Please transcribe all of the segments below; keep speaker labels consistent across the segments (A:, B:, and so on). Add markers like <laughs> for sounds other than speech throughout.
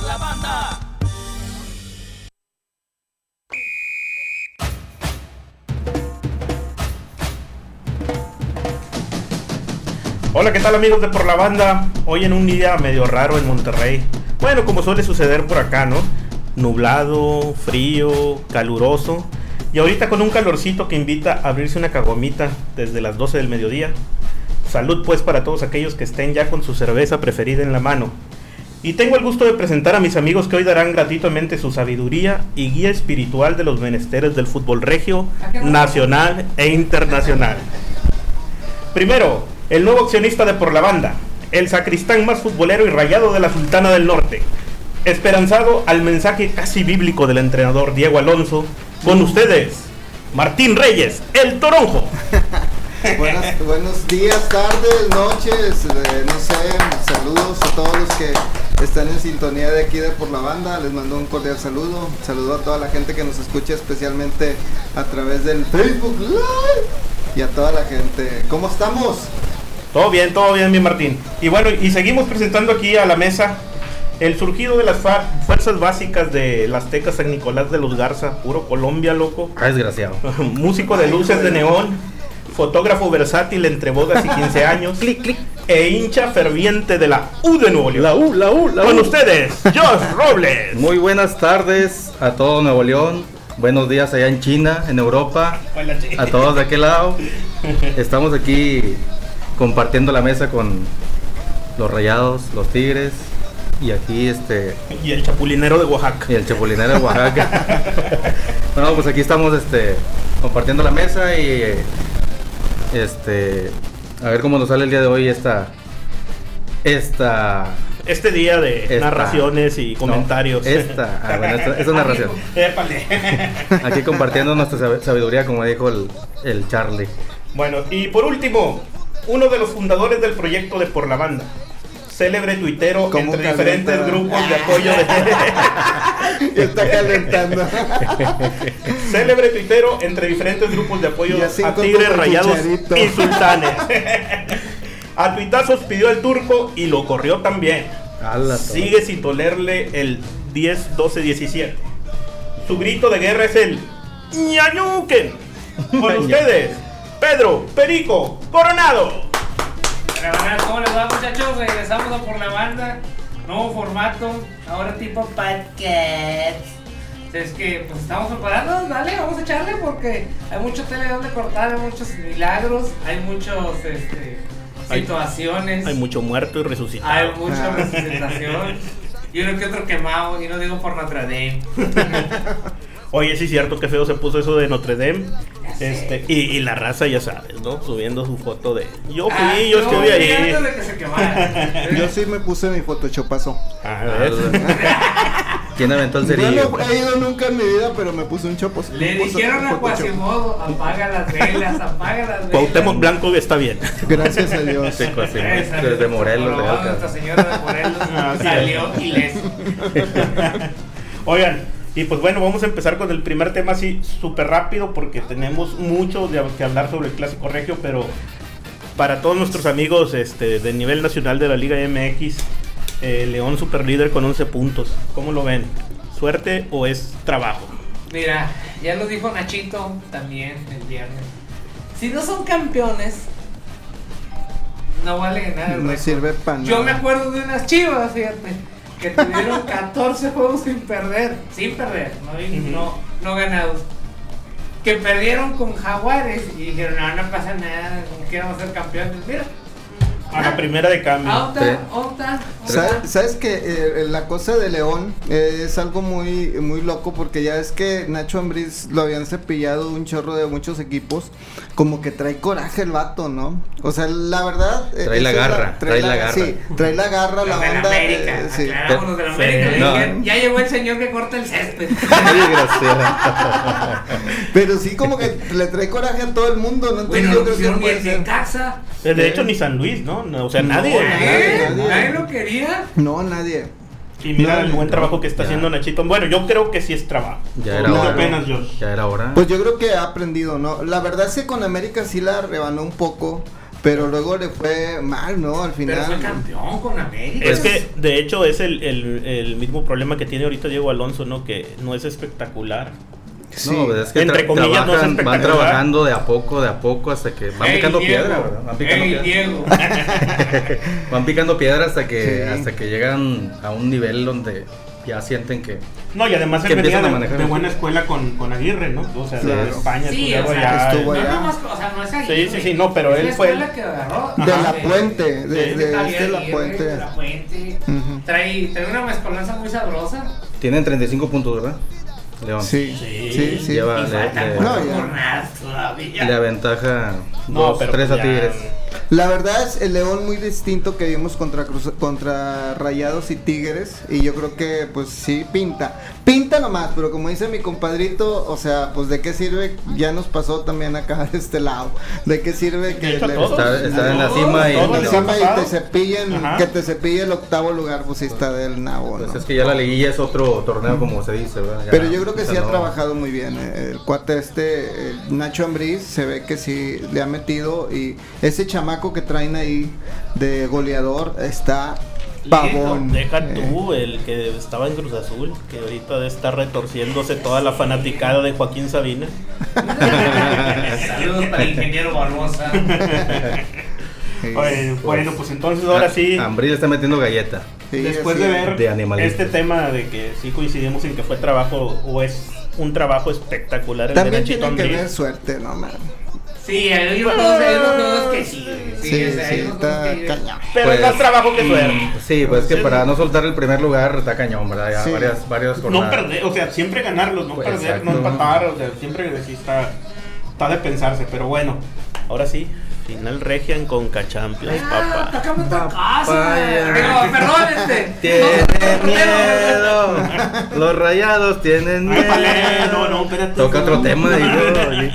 A: Plata.
B: Hola, ¿qué tal amigos de Por la Banda? Hoy en un día medio raro en Monterrey. Bueno, como suele suceder por acá, ¿no? Nublado, frío, caluroso. Y ahorita con un calorcito que invita a abrirse una cagomita desde las 12 del mediodía. Salud pues para todos aquellos que estén ya con su cerveza preferida en la mano. Y tengo el gusto de presentar a mis amigos que hoy darán gratuitamente su sabiduría y guía espiritual de los menesteres del fútbol regio, nacional e internacional. Primero, el nuevo accionista de Por la Banda, el sacristán más futbolero y rayado de la Sultana del Norte. Esperanzado al mensaje casi bíblico del entrenador Diego Alonso, con ustedes, Martín Reyes, el Toronjo.
C: Buenas- buenos días, tardes, noches, eh, no sé, saludos a todos los que están en sintonía de aquí de por la banda, les mando un cordial saludo, saludo a toda la gente que nos escucha especialmente a través del Facebook Live y a toda la gente, ¿cómo estamos?
B: Todo bien, todo bien, mi Martín. Y bueno, y seguimos presentando aquí a la mesa el surgido de las fa- fuerzas básicas de las Tecas San Nicolás de los Garza, puro Colombia, loco. <laughs>
D: Ah, desgraciado.
B: Músico de luces de neón, fotógrafo versátil entre bodas y
D: <laughs>
B: 15 años, e hincha ferviente de la U de Nuevo León.
D: La U, la U, la U.
B: Con ustedes, Josh Robles.
D: Muy buenas tardes a todo Nuevo León. Buenos días allá en China, en Europa, a todos de aquel lado. Estamos aquí compartiendo la mesa con los Rayados, los Tigres y aquí este
B: Y el chapulinero de Oaxaca.
D: y el Chapulinero de Oaxaca. No, pues aquí estamos este compartiendo la mesa y este a ver cómo nos sale el día de hoy esta esta
B: Este día de
D: Esta.
B: narraciones y
D: no,
B: comentarios.
D: esta, ah, bueno,
B: <laughs>
D: esta, esta narración.
B: Épale.
D: Aquí compartiendo nuestra sabe- sabiduría, como dijo el, el Charlie.
B: Bueno, y por último, uno de los fundadores del proyecto de Por la Banda. Célebre tuitero
C: ¿Cómo
B: entre
C: calienta?
B: diferentes grupos de apoyo de... <laughs>
C: Ya <laughs> está calentando.
B: Célebre tuitero entre diferentes grupos de apoyo
C: Y así
B: a
C: con
B: Tigres,
C: todo el
B: Rayados
C: cucharito.
B: y Sultanes. <laughs> A tuitazos pidió el turco y lo corrió también.
D: Ala,
B: Sigue sin tolerle el 10, 12, 17. Su grito de guerra es el ñañuquen.
C: <laughs>
B: Con ustedes, Pedro Perico Coronado.
E: Pero bueno, ¿Cómo les va muchachos? Regresamos a por la banda, nuevo formato, ahora tipo podcast. Es que pues estamos preparándonos, dale, vamos a echarle porque hay mucho tele donde cortar, hay muchos milagros, hay muchos este,
B: Hay-
E: situaciones,
B: Hay mucho muerto y <laughs>
E: hay
B: resucitado.
E: mucha
C: Ah.
E: representación. Y uno que otro quemado, y no digo por Notre Dame.
B: Oye, sí es cierto que feo se puso eso de Notre Dame.
E: Ya sé.
B: Este, y, y la raza, ya sabes, ¿no? Subiendo su foto de yo fui,
E: Ah,
B: yo
E: no,
B: estuve
E: mira,
B: ahí.
E: antes de que se
B: <laughs>
E: quemara.
C: Yo sí me puse mi photoshopazo.
B: A
D: Ah,
B: ver.
D: Ala. ¿Quién aventó el
C: No
D: cerillo?
C: lo he ido nunca en mi vida, pero me puse un chopo.
E: Le
C: un photo-
E: dijeron a
C: photoshopazo.
E: Quasimodo, apaga las velas, apaga las velas.
B: Cuauhtémoc Blanco está bien.
C: Gracias a Dios.
D: Sí, pues, sí,
E: Esa,
D: desde Morelos, de
E: Jorobado,
D: Alcalá.
E: Nuestra Señora de Morelos
B: Así
E: salió ileso.
B: Oigan, y pues bueno, vamos a empezar con el primer tema así súper rápido porque tenemos mucho de que hablar sobre el clásico regio, pero para todos nuestros amigos este, de nivel nacional de la Liga MX, eh, León superlíder con 11 puntos. ¿Cómo lo ven? ¿Suerte o es trabajo?
E: Mira, ya lo dijo Nachito también el viernes. Si no son campeones, no vale nada. el
C: No
E: récord.
C: sirve para nada.
E: Yo me acuerdo de unas chivas, fíjate, que tuvieron 14 juegos sin perder. Sin perder, no, y
B: Ujú.
E: no, no ganados. Que perdieron con Jaguares y dijeron, no, no pasa nada, como quieran ser campeones. Mira,
B: A la primera de cambio.
D: Sí.
E: Auta, Auta, Auta.
C: Sa- ¿Sabes que La cosa de León eh, es algo muy, muy loco porque ya es que Nacho Ambriz lo habían cepillado un chorro de muchos equipos. Como que trae coraje el vato, ¿no? O sea, la verdad. eh,
D: Trae la
C: esa es
D: garra, trae la garra.
C: Sí, trae la garra, la
E: Los de la
C: onda.
E: América, ah,
C: eh, sí.
E: aclaramos, los de la
B: Sí.
E: América, le
D: No.
E: dijeron, ya llegó el señor que corta el
C: <laughs>
E: césped.
D: Ay, desgraciado.
C: Pero sí, como que le trae coraje a todo el mundo, ¿no? Entonces
E: bueno,
C: yo
E: lo
C: creo que no
E: pusieron
C: puede
E: bien en
C: ser.
E: casa.
B: De hecho, ni San Luis, ¿no? No, O sea,
C: No,
B: nadie.
C: nadie,
E: ¿Eh?
C: nadie.
E: Nadie lo quería.
C: No, nadie.
B: Y mira el
C: Nadie.
B: buen trabajo que está
D: Ya.
B: haciendo Nachito. Bueno, yo creo que sí es trabajo.
D: Ya era
B: Tú
C: hora.
B: apenas, Josh.
D: Ya era hora.
C: Pues yo creo que ha aprendido, ¿no? La verdad es que con América sí la rebanó un poco. Pero luego le fue mal, ¿no? Al
E: Pero fue
C: final.
E: campeón con América. Pues,
B: Es que, de hecho, es el, el- el mismo problema que tiene ahorita Diego Alonso, ¿no? Que no es espectacular.
C: Sí.
D: No, pues es que
B: Entre
D: tra-
B: comillas, no es
D: trabajan- van
B: espectacular.
D: trabajando de a poco, de a poco, hasta que van
E: Ey,
D: picando
E: Diego.
D: piedra, ¿verdad? Van picando
E: Ey,
D: piedra.
E: Diego.
B: <laughs>
D: Van picando piedra hasta
C: Sí.
D: que, hasta que llegan a un nivel donde ya sienten que.
B: No, y además
D: Que
B: él venía
D: empiezan a
B: de,
D: manejar.
B: de buena escuela con, con Aguirre, ¿no? O sea, de
C: Claro.
B: España,
E: Sí,
B: estudiado
E: o sea,
B: allá.
C: estuvo
E: No,
C: allá.
E: no, más, o sea, no es ahí,
B: Sí, sí,
E: güey.
B: sí, no, pero
E: Es
B: él
E: la
B: fue-
E: escuela que agarró.
C: De
E: Ajá,
C: la
E: güey.
C: puente, de,
B: Sí.
C: de
E: Javier
C: este la
E: Aguirre,
C: puente.
E: de La Puente.
C: Ujú.
E: Trae, trae una mezcolanza muy sabrosa.
D: Tienen 35 puntos, ¿verdad? León.
C: Sí,
B: Sí.
C: sí, sí.
D: Lleva-
E: Y
D: le-
E: faltan
D: le-
E: cuatro
C: No, ya.
E: jornadas todavía.
D: Le aventaja
B: No,
D: dos,
B: pero
D: tres a
B: ya-
D: Tigres.
C: La verdad es el León muy distinto que vimos contra, Cruz- contra Rayados y Tigres. Y yo creo que, pues sí, pinta. Pinta nomás, pero como dice mi compadrito, o sea, pues de qué sirve, ya nos pasó también acá <laughs> de este lado. ¿De qué sirve que
B: hecho, a
C: le-
B: todos.
D: Está, está en la
E: No,
D: cima y.
B: todos
C: que
B: les
D: no.
B: ha
C: encima y
B: pasado.
C: te cepillen,
B: Ajá.
C: que te cepille el octavo lugar, pues sí está del nabo,
D: Pues
C: ¿no?
D: es que ya la liguilla es otro torneo, como se dice, ¿verdad? Ya,
C: Pero yo creo que
D: o sea,
C: sí ha
D: no-
C: trabajado muy bien. eh, El cuate este, el Nacho Ambriz, se ve que sí le ha metido. Y ese chamaco que traen ahí de goleador está pavón.
B: Deja
C: eh.
B: tú el que estaba en Cruz Azul, que ahorita debe estar retorciéndose toda la fanaticada de Joaquín Sabina. <laughs>
E: Saludos para el ingeniero Barbosa.
C: Sí,
B: Oye,
D: pues,
B: bueno, pues entonces ahora
D: Ah,
B: sí,
D: Ambril está metiendo galleta.
C: sí,
B: después
C: así
B: de
C: es.
B: ver
D: De animalistas.
B: este tema de que sí coincidimos en que fue trabajo o es un trabajo espectacular el de
C: También
B: Nachito
C: tiene que
B: Ambriz.
C: ver suerte, no man.
E: Sí, hay unos juegos, hay unos juegos que sí. güey.
C: Sí,
E: Sí,
C: sí,
E: o sea, hay unos
C: está
E: juegos que-
C: cañón.
B: Pero es
D: Pues,
B: más trabajo que suerte.
D: Mm, Sí, pues es que para no soltar el primer lugar está cañón, ¿verdad? Ya
C: Sí.
D: varias, varias
B: No
D: jornadas.
B: perder, o sea, siempre ganarlos, no
D: Pues,
B: perder, no
D: exacto.
B: empatar, o sea, siempre sí está, está de pensarse, pero bueno, ahora sí, final regia en Conca Champions,
E: Ah,
B: papá.
E: atacame otra casa,
D: Papaya.
E: güey. Digo, perdón,
C: <laughs>
E: este.
D: Tienen
E: no,
D: miedo. Los rayados tienen
B: Ay,
D: miedo.
B: vale, no, no, espérate.
D: Toca otro tema y yo.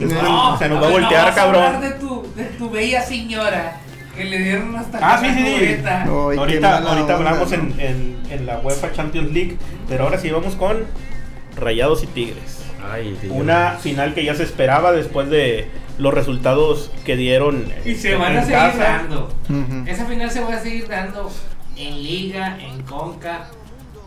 B: No, se nos va a
E: ver,
B: voltear,
E: vamos
B: cabrón.
E: hablar de tu, de tu bella señora que le dieron hasta
B: Ah, sí, sí, sí.
E: cubeta.
C: No, Ay, qué
B: ahorita
C: mala
B: ahorita
C: onda,
B: hablamos
C: ¿no?
B: en, en- en la UEFA Champions League, pero ahora sí vamos con Rayados y Tigres.
D: Ay, Dios.
B: Una final que ya se esperaba después de los resultados que dieron
E: Y se van
B: en
E: a seguir
B: casa.
E: dando.
C: Ujú.
E: Esa final se va a seguir dando en Liga, en Conca,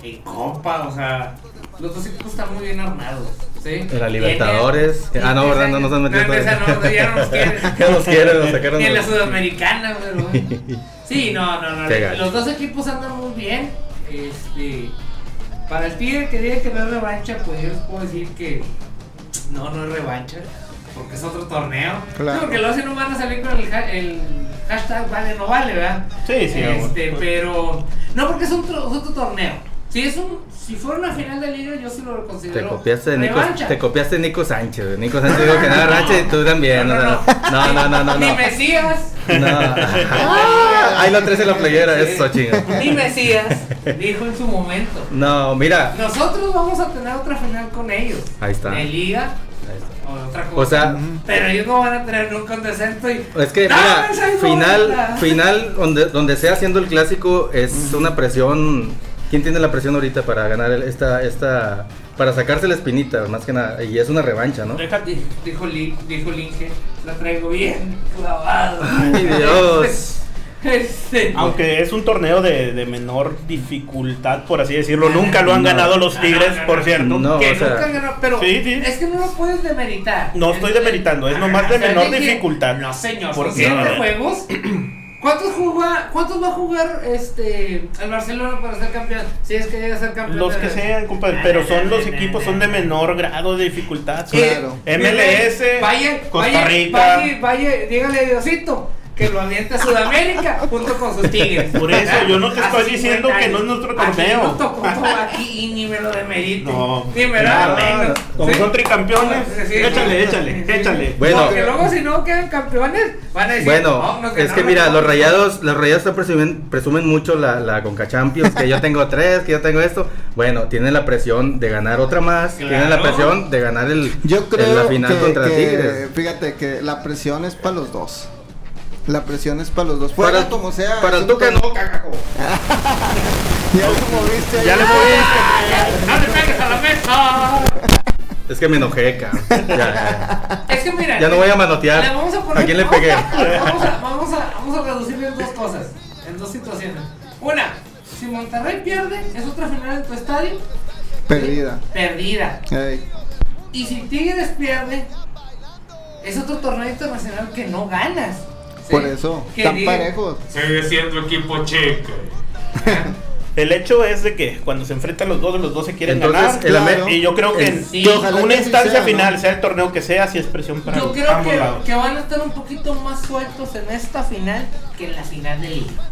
E: en Copa, o sea, los dos equipos están muy bien armados. ¿sí?
D: En la Libertadores.
E: Y en-
D: Ah, no,
E: y en
D: ¿verdad?
E: esa-
D: No nos han metido
E: No, en esa
D: todavía.
E: no, ya
D: <laughs>
E: no nos quieren.
D: Ya nos quieren, nos sacaron.
E: Ni en
D: de-
E: la Sudamericana,
D: <laughs>
E: güey. Sí, no, no, no.
D: Qué gacho.
E: Los dos equipos andan muy bien. Este, para el Tigre que diga que no es revancha, pues yo les puedo decir que no, no es revancha. Porque es otro torneo.
C: Claro.
E: Sí, porque lo hacen no van a salir con el, ha- el hashtag vale, no vale, ¿verdad?
B: Sí, sí,
E: Este,
B: amor. Pues-
E: pero. No, porque es otro, es otro torneo. Si, es un, si fuera una final de liga, yo sí lo considero.
D: Te copiaste de Nico,
E: revancha.
D: te copiaste de Nico Sánchez. güey. Nico Sánchez dijo que no revancha y tú también.
E: No,
D: o
E: no,
D: sea, No, no, no, no.
E: <laughs> Ni
D: no.
E: Mesías.
D: No. Ah, Ahí lo traes en la playera, eso chingo.
E: <laughs> Ni Mesías dijo en su momento.
D: No, mira.
E: Nosotros vamos a tener otra final con ellos.
D: Ahí está.
E: De liga
D: Ahí está.
E: o de otra cosa.
D: O sea, Eh.
E: pero ellos no van a tener nunca un descenso y.
D: es que
E: ¡No,
D: mira,
E: esa es
D: final,
E: bonita!
D: final donde, donde sea haciendo el clásico es una presión. ¿Quién tiene la presión ahorita para ganar el- esta, esta, para sacarse la espinita más que nada? Y es una
E: <laughs>
D: revancha, ¿no?
B: Deja-
E: Di- Dijo, Li- dijo Linge, la traigo bien clavada.
D: Ay,
E: pues,
D: Dios. Ah,
E: Este,
B: Aunque es un torneo de, de menor dificultad, por así decirlo. Nunca lo han
D: No.
B: ganado los Tigres,
E: Ah,
B: por cierto.
D: No,
E: que
D: o sea,
E: nunca ganó, pero
B: Sí, sí.
E: es que no lo puedes demeritar.
B: No estoy demeritando, es nomás de
E: O sea,
B: menor
E: que-
B: dificultad.
E: No, señor,
B: ¿Por
E: son
B: qué?
E: siete
B: No.
D: <clears throat>
E: juegos. ¿Cuántos, juga- ¿Cuántos va a jugar este el Barcelona para ser campeón? Si es que llega a ser campeón.
B: Los
E: de-
B: que sean, compadre.
E: Na,
B: Pero
E: na,
B: son
E: na,
B: los
E: na,
B: equipos,
E: na,
B: son de
E: na.
B: menor grado de dificultad.
C: Sí.
E: Eh,
C: Claro.
B: MLS,
E: Valle,
B: Costa
E: Valle-
B: Rica.
E: Valle, Valle, dígale a Diosito que lo avienta a Sudamérica junto con sus tigres.
B: Por eso, yo no te
E: A
B: estoy
E: 50
B: diciendo que no es nuestro
E: A mí
B: torneo.
E: no tocó todo aquí y ni me lo demeriten.
B: No,
E: Ni me lo
B: claro.
E: hagan menos.
B: Como
E: Sí.
B: son tricampeones.
E: Sí, sí.
B: échale, échale,
E: Sí, sí.
B: échale.
D: Bueno.
E: Porque luego si no quedan campeones, van a decir.
D: Bueno,
E: no, no,
D: es
E: no,
D: que
E: no,
D: mira,
E: no.
D: los rayados, los rayados te presumen, presumen mucho la, la Conca Champions, que yo tengo tres, que yo tengo esto. Bueno, tienen la presión de ganar otra más, tienen la
E: Claro.
D: presión de ganar el,
C: Yo creo
D: la final
C: que,
D: contra
C: que-
D: Tigres.
C: fíjate que la presión es para los dos. La presión es para los dos. Fuera
D: Para-
C: como sea.
D: para
C: es un
D: el Tuca no,
C: torneo- Ya como viste ahí.
B: Ya le
E: ¡Ah, ya! ¡No te pegues a la mesa!
C: <laughs>
D: Es que me enojé, cabrón. Ya, ya, ya.
E: Es que mira.
D: Ya no voy a manotear.
E: le vamos a poner-
D: ¿A quién le
E: vamos
D: pegué?
E: <laughs> Vamos a, vamos a- vamos a reducirlo en dos cosas. En dos situaciones. Una, si Monterrey pierde, es otra final en tu estadio.
C: Perdida.
E: Perdida.
C: Ey.
E: Y si Tigres pierde, es otro torneo internacional que no ganas. Sí.
C: Por eso,
E: Que
C: están
E: diga-
C: parejos.
A: Sigue siendo equipo cheque.
B: El hecho es de que cuando se enfrentan los dos, los dos se quieren
D: Entonces,
B: ganar.
D: el
C: Claro.
D: Amer-
B: Y yo creo que en
E: Sí.
B: en
C: Ojalá
B: una
C: que así
B: instancia
C: sea, ¿no?
B: final, sea el torneo que sea, si es presión para
E: Yo creo
B: ambos
E: que,
B: lados.
E: que van a estar un poquito más sueltos en esta final que en la final de liga.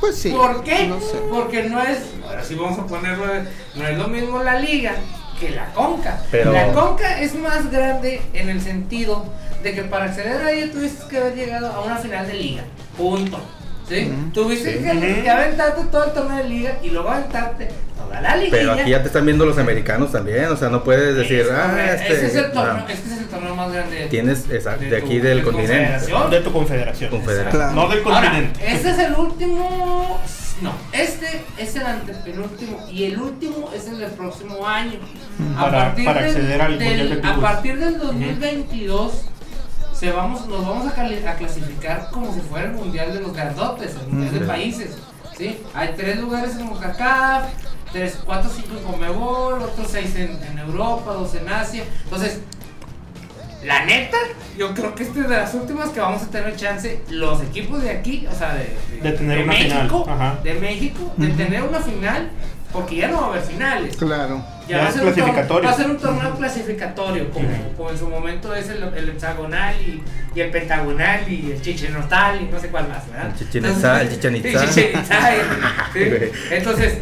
C: Pues sí.
E: ¿Por qué?
C: No sé.
E: Porque no es, ahora sí vamos a ponerlo, no es lo mismo la liga que la conca.
D: Pero-
E: La conca es más grande en el sentido de que para acceder a ella tuviste que haber llegado a una final de liga. Punto. ¿Sí? Tuviste
D: Sí.
E: que, que aventarte todo el torneo de liga y luego aventarte toda la liga.
D: Pero aquí ya te están viendo los americanos también, o sea, no puedes decir, ah, este.
E: Ese es el torneo,
D: no.
E: este es el torneo más grande.
D: Tienes, exacto, de
E: tu-
D: aquí del
E: tu
D: continente.
E: confederación.
B: De tu confederación.
D: Confederación.
C: Claro.
B: No del
E: Ahora,
B: continente.
E: este es el último. No, este es el antepenúltimo y el último es el del próximo año.
B: Para- para acceder al Mundial de
E: del, A
B: Clubes.
E: partir del 2022 se vamos, nos vamos a, cali- a clasificar como si fuera el Mundial de los Grandotes, el Mundial de
D: Ujú.
E: Países. ¿sí? Hay tres lugares en CONCACAF, tres, cuatro, cinco en Comebol, otros seis en, en Europa, dos en Asia. Entonces, la neta, yo creo que este es de las últimas que vamos a tener chance los equipos de aquí, o sea, de,
B: De tener una final,
E: México,
B: ajá.
E: de México, de tener una final, porque ya no va a haber finales.
C: Claro.
B: Ya
E: va a
B: es
E: ser un tor-
B: clasificatorio.
E: va a ser un torneo clasificatorio, como,
B: Ujú.
E: como en su momento es el, el hexagonal y, y el pentagonal y el chichenotal y no sé cuál más, ¿verdad?
D: El Chichén Itzá, el Chichén Itzá.
E: El Chichén Itzá,
D: <laughs>
E: ¿eh? Sí.
D: Güey.
E: Entonces,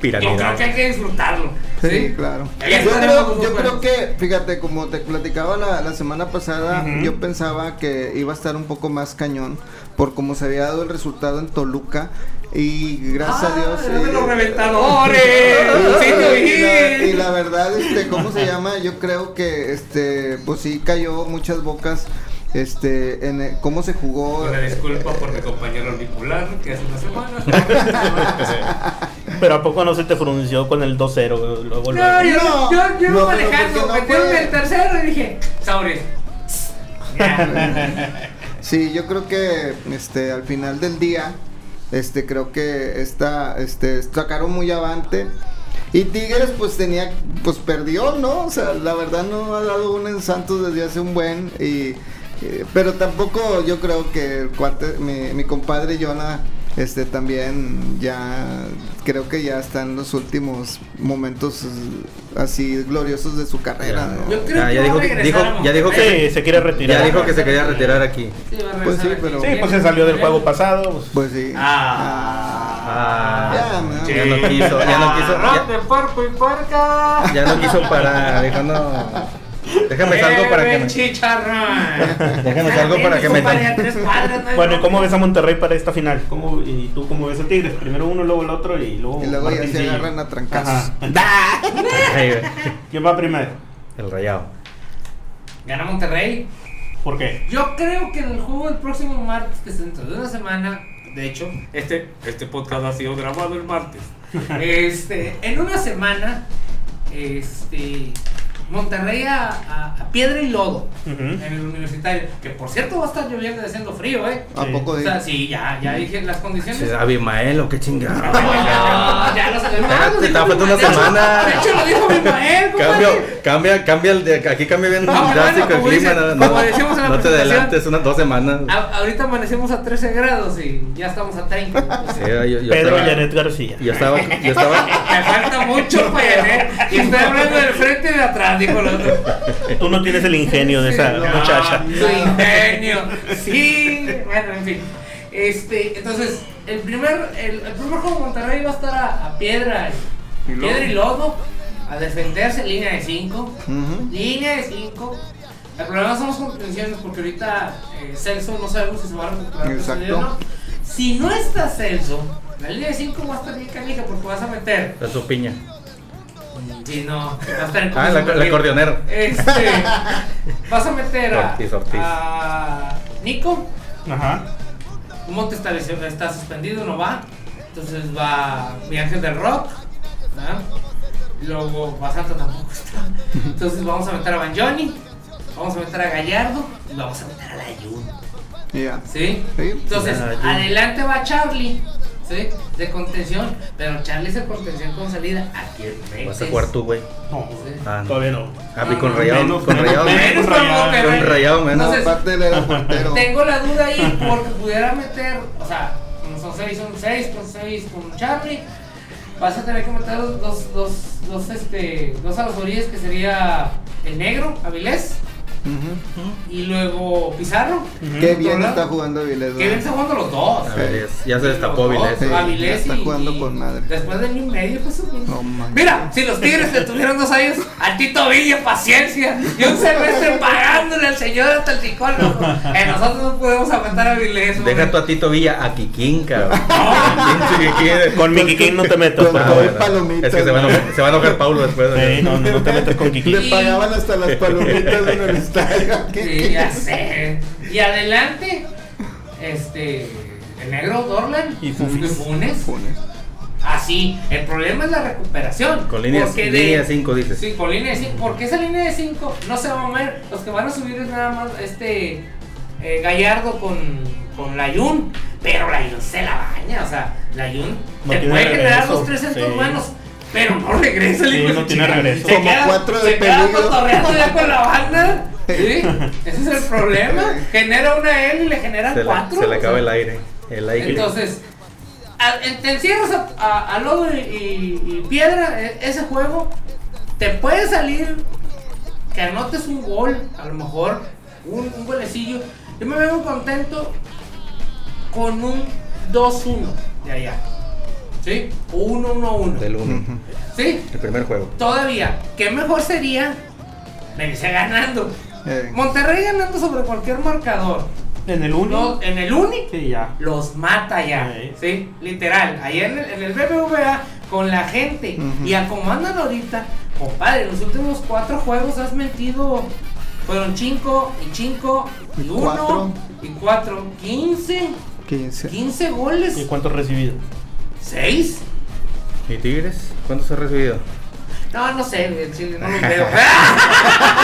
E: yo creo que hay
D: Piramidal.
E: que disfrutarlo.
C: Sí,
E: Sí,
C: claro.
E: Ya
C: Yo
E: estaremos
C: creo,
E: los
C: yo creo
E: juegos.
C: que, fíjate, como te platicaba la, la semana pasada,
B: Ujú.
C: yo pensaba que iba a estar un poco más cañón por cómo se había dado el resultado en Toluca y gracias
E: Ah,
C: a
E: era
C: Dios.
E: de
C: eh,
E: los
C: <laughs> y,
E: reventadores. sí, te oí.
C: y la, y la verdad, este, ¿cómo se llama? Yo creo que, este, pues sí cayó muchas bocas, este, en eh, cómo se jugó.
A: Una disculpa por mi compañero auricular que hace una
C: <laughs>
A: semana.
B: <laughs> Pero ¿a poco no se te frunció con el 2-0? Luego, luego.
E: No, yo,
C: No,
E: yo, yo iba
C: no, pero
E: manejando,
C: porque no
E: metieron
C: fue-
E: el tercero y dije, Saures.
C: Sí, yo creo que este al final del día, este creo que esta, este, sacaron muy avante. Y Tigres pues tenía, pues perdió, ¿no? O sea, la verdad no ha dado un en Santos desde hace un buen y eh, pero tampoco yo creo que el cuarte- mi, mi compadre Jonah este también ya creo que ya están los últimos momentos eh, así gloriosos de su carrera,
D: Ya,
C: ¿no?
E: Yo creo
D: Ya,
E: que
D: ya
E: va
D: dijo
E: a
D: que-
E: regresar
D: dijo-
E: a
D: ya dijo
E: Monterrey.
B: Sí, se quiere retirar.
D: Ya dijo que se quería retirar aquí.
E: <laughs> Sí, va a regresar
C: Pues sí,
E: aquí.
C: pero-
B: Sí, pues se salió del juego pasado. pues.
C: Pues sí.
D: Ah,
C: Ah,
D: ya no quiso, ya no quiso. ya-
A: Arrate, porco y porca.
D: Ya no quiso parar, dejando.
E: Eh,
D: Déjame salgo para que
E: Lleven
B: <laughs>
D: me.
E: chicharrón.
D: Déjame salgo para que me-
E: Compadre, a tres cuadras, no hay
B: Bueno, ¿y cómo
E: bronca.
B: ves a Monterrey para esta final? ¿Cómo, ¿Y tú cómo ves a Tigres? Primero uno, luego el otro y luego.
C: Y luego ya
B: Martín
C: se
B: Sillo.
C: agarran a trancazos.
B: Ajá.
D: Ay, güey,
B: ¿Quién va primero?
D: El rayado.
E: Gana Monterrey.
B: ¿Por qué?
E: Yo creo que en el juego del próximo martes, que es dentro de una semana, de hecho,
A: Este, este podcast ha sido grabado el martes.
E: Este, en una semana, este, Monterrey a, a- a piedra y lodo
B: Ujú.
E: en el universitario, que por cierto va a estar lloviendo y haciendo frío, ¿eh?
C: ¿A
B: Sí.
C: poco
E: O
C: de
E: sea, sí, ya, ya dije las condiciones.
D: Sí, Abimael o
E: <laughs>
D: qué chingado.
E: No, <laughs> ya lo sabemos.
D: Espérate,
E: Lo dijo
D: estaba faltando
E: mi-
D: una semana.
E: De hecho, lo dijo mi maestro.
D: Cambio, cambia, cambia el de aquí cambia bien
E: Ah, bueno,
D: drástico el
E: como
D: clima.
E: dice-
D: No,
E: como decíamos en la
D: no te
E: presentación. Ah.
D: adelantes, unas dos semanas.
E: A- ahorita amanecemos a 13 grados y ya estamos a 30. o
D: Sí,
E: sea,
D: yo, yo
B: Pedro
D: estaba,
B: Janet García.
D: Yo estaba, yo estaba,
E: Me falta mucho para llegar. Y estoy hablando del frente y de atrás, dijo el otro.
B: Tú no tienes el ingenio de esa
E: Sí, no,
B: muchacha.
E: Su ingenio. Sí, bueno, en fin. Este, entonces, el primer, el, el primer juego de Monterrey va a estar a, a piedra,
A: Y lodo.
E: piedra y lodo, a defenderse línea de 5.
C: Ujú.
E: Línea de 5. El problema son las contenciones porque ahorita eh, Celso no sabemos si se va a recuperar.
C: Exacto.
E: posible o no. Si no está Celso, la línea de 5 va a estar bien canija porque vas a meter.
D: con su piña.
E: Sí, no, va a estar en
D: Ah, la, la acordeonera. <laughs>
E: este, vas a meter a,
D: Ortiz, Ortiz.
E: a Nico.
B: Ajá.
E: Montes está, lesio- está suspendido, no va. Entonces va mi ángel del rock. ¿verdad? Luego Basanta tampoco está. Entonces vamos a meter a Banjoni. vamos a meter a Gallardo y vamos a meter a la Jun.
C: Y ya.
E: ¿Sí?
C: Sí.
E: Entonces,
B: Ah, ya.
E: adelante va Charlie, ¿sí? De contención, pero Charlie es de contención con salida. ¿A quién metes?
D: Vas a jugar tú, güey.
B: No,
E: Sí.
D: Ah, no.
B: todavía no.
D: Ah, y con
E: No,
D: rayado,
B: menos,
D: con
B: menos,
D: rayado.
B: menos.
E: Menos tampoco,
B: Rayado.
E: güey.
D: Con rayado, menos.
E: Entonces,
C: Aparte él era portero.
E: <laughs> Tengo la duda ahí porque pudiera meter, o sea, como son 6, son 6, con 6 con Charlie. Vas a tener que meter dos, dos, dos, dos, este, dos a las orillas que sería el negro, Avilés,
C: Ujú.
E: y luego Pizarro.
C: Qué
E: Por
C: bien
E: otro
C: está
E: lado.
C: jugando Vilés.
E: Qué bien
C: ¿verdad?
E: está jugando los dos.
D: A ver, es- ya se destapó
E: Los dos,
D: Vilés.
C: Sí,
E: Avilés
C: ya está
E: y-
C: jugando
E: y-
C: con madre.
E: Después de año y medio, pues, güey.
C: No manches.
E: Mira, si los Tigres le tuvieron dos años, a Tito Villa, paciencia. Y un semestre pagándole al señor hasta el psicólogo. Eh, nosotros no podemos aguantar a Vilés. güey.
D: Deja tu a Tito Villa a
B: <laughs>
D: Kikín, cabrón.
B: Con mi Kikín no te metas.
C: Con
B: por
C: todo
B: favor.
C: el palomitas.
D: Ah, Es que se va a enojar, se va a enojar Paulo después.
B: Sí, no, no, no te metas con Kikín.
C: Le pagaban hasta las palomitas en el estadio.
E: <laughs>
C: ¿Qué-
E: Sí,
C: qué-
E: ya sé. Y adelante, este. El negro Dorlan
B: Y Funes.
E: Funes.
C: Funes.
E: Así. El problema es la recuperación.
D: Con líneas,
E: Porque de-
D: línea 5, dices.
E: Sí, con línea de 5. Porque esa línea de 5 no se va a mover. Los que van a subir es nada más este eh, Gallardo con, con Layun. Pero Layun se la baña. O sea, Layun
B: No
E: te
B: tiene
E: puede generar
B: regreso,
E: los 300
B: sí.
E: buenos. Pero no regresa el
B: Sí,
E: hijo de
B: no
E: su
B: tiene
E: chica.
B: regreso.
E: Se
C: Como
E: queda-
C: cuatro de
E: se queda
C: peligro.
E: cotorreando ya con la
D: <laughs>
E: banda. Sí, ese es el problema. Genera una él y le generan
D: Se le,
E: cuatro.
D: se le
E: o
D: acaba
E: sea.
D: el aire. El aire.
E: Entonces, a- en- te encierras a, a- a lodo y, y- y piedra e- ese juego. Te puede salir que anotes un gol, a lo mejor, un, un golecillo. Yo me veo contento con un 2-1 de allá. ¿Sí? O un 1-1.
D: del uno.
E: ¿Sí?
D: El primer juego.
E: Todavía, ¿qué mejor sería venirse ganando?
C: Eh,
E: Monterrey ganando sobre cualquier marcador.
B: En el 1.
E: No, en el único
B: Sí, ya.
E: los mata ya,
B: Ahí.
E: ¿sí? Literal, ahí en el, en el BBVA con la gente
C: Ujú.
E: y a como andan ahorita, compadre, en los últimos cuatro juegos has metido, fueron cinco y cinco y,
C: Y
E: uno
C: cuatro.
E: y cuatro, 15,
C: 15.
E: 15
B: ¿Y
E: goles,
B: cuánto has recibido?
E: seis.
D: ¿Y Tigres? ¿Cuántos ha recibido?
E: No, no sé, güey, en Chile, no los veo. <laughs>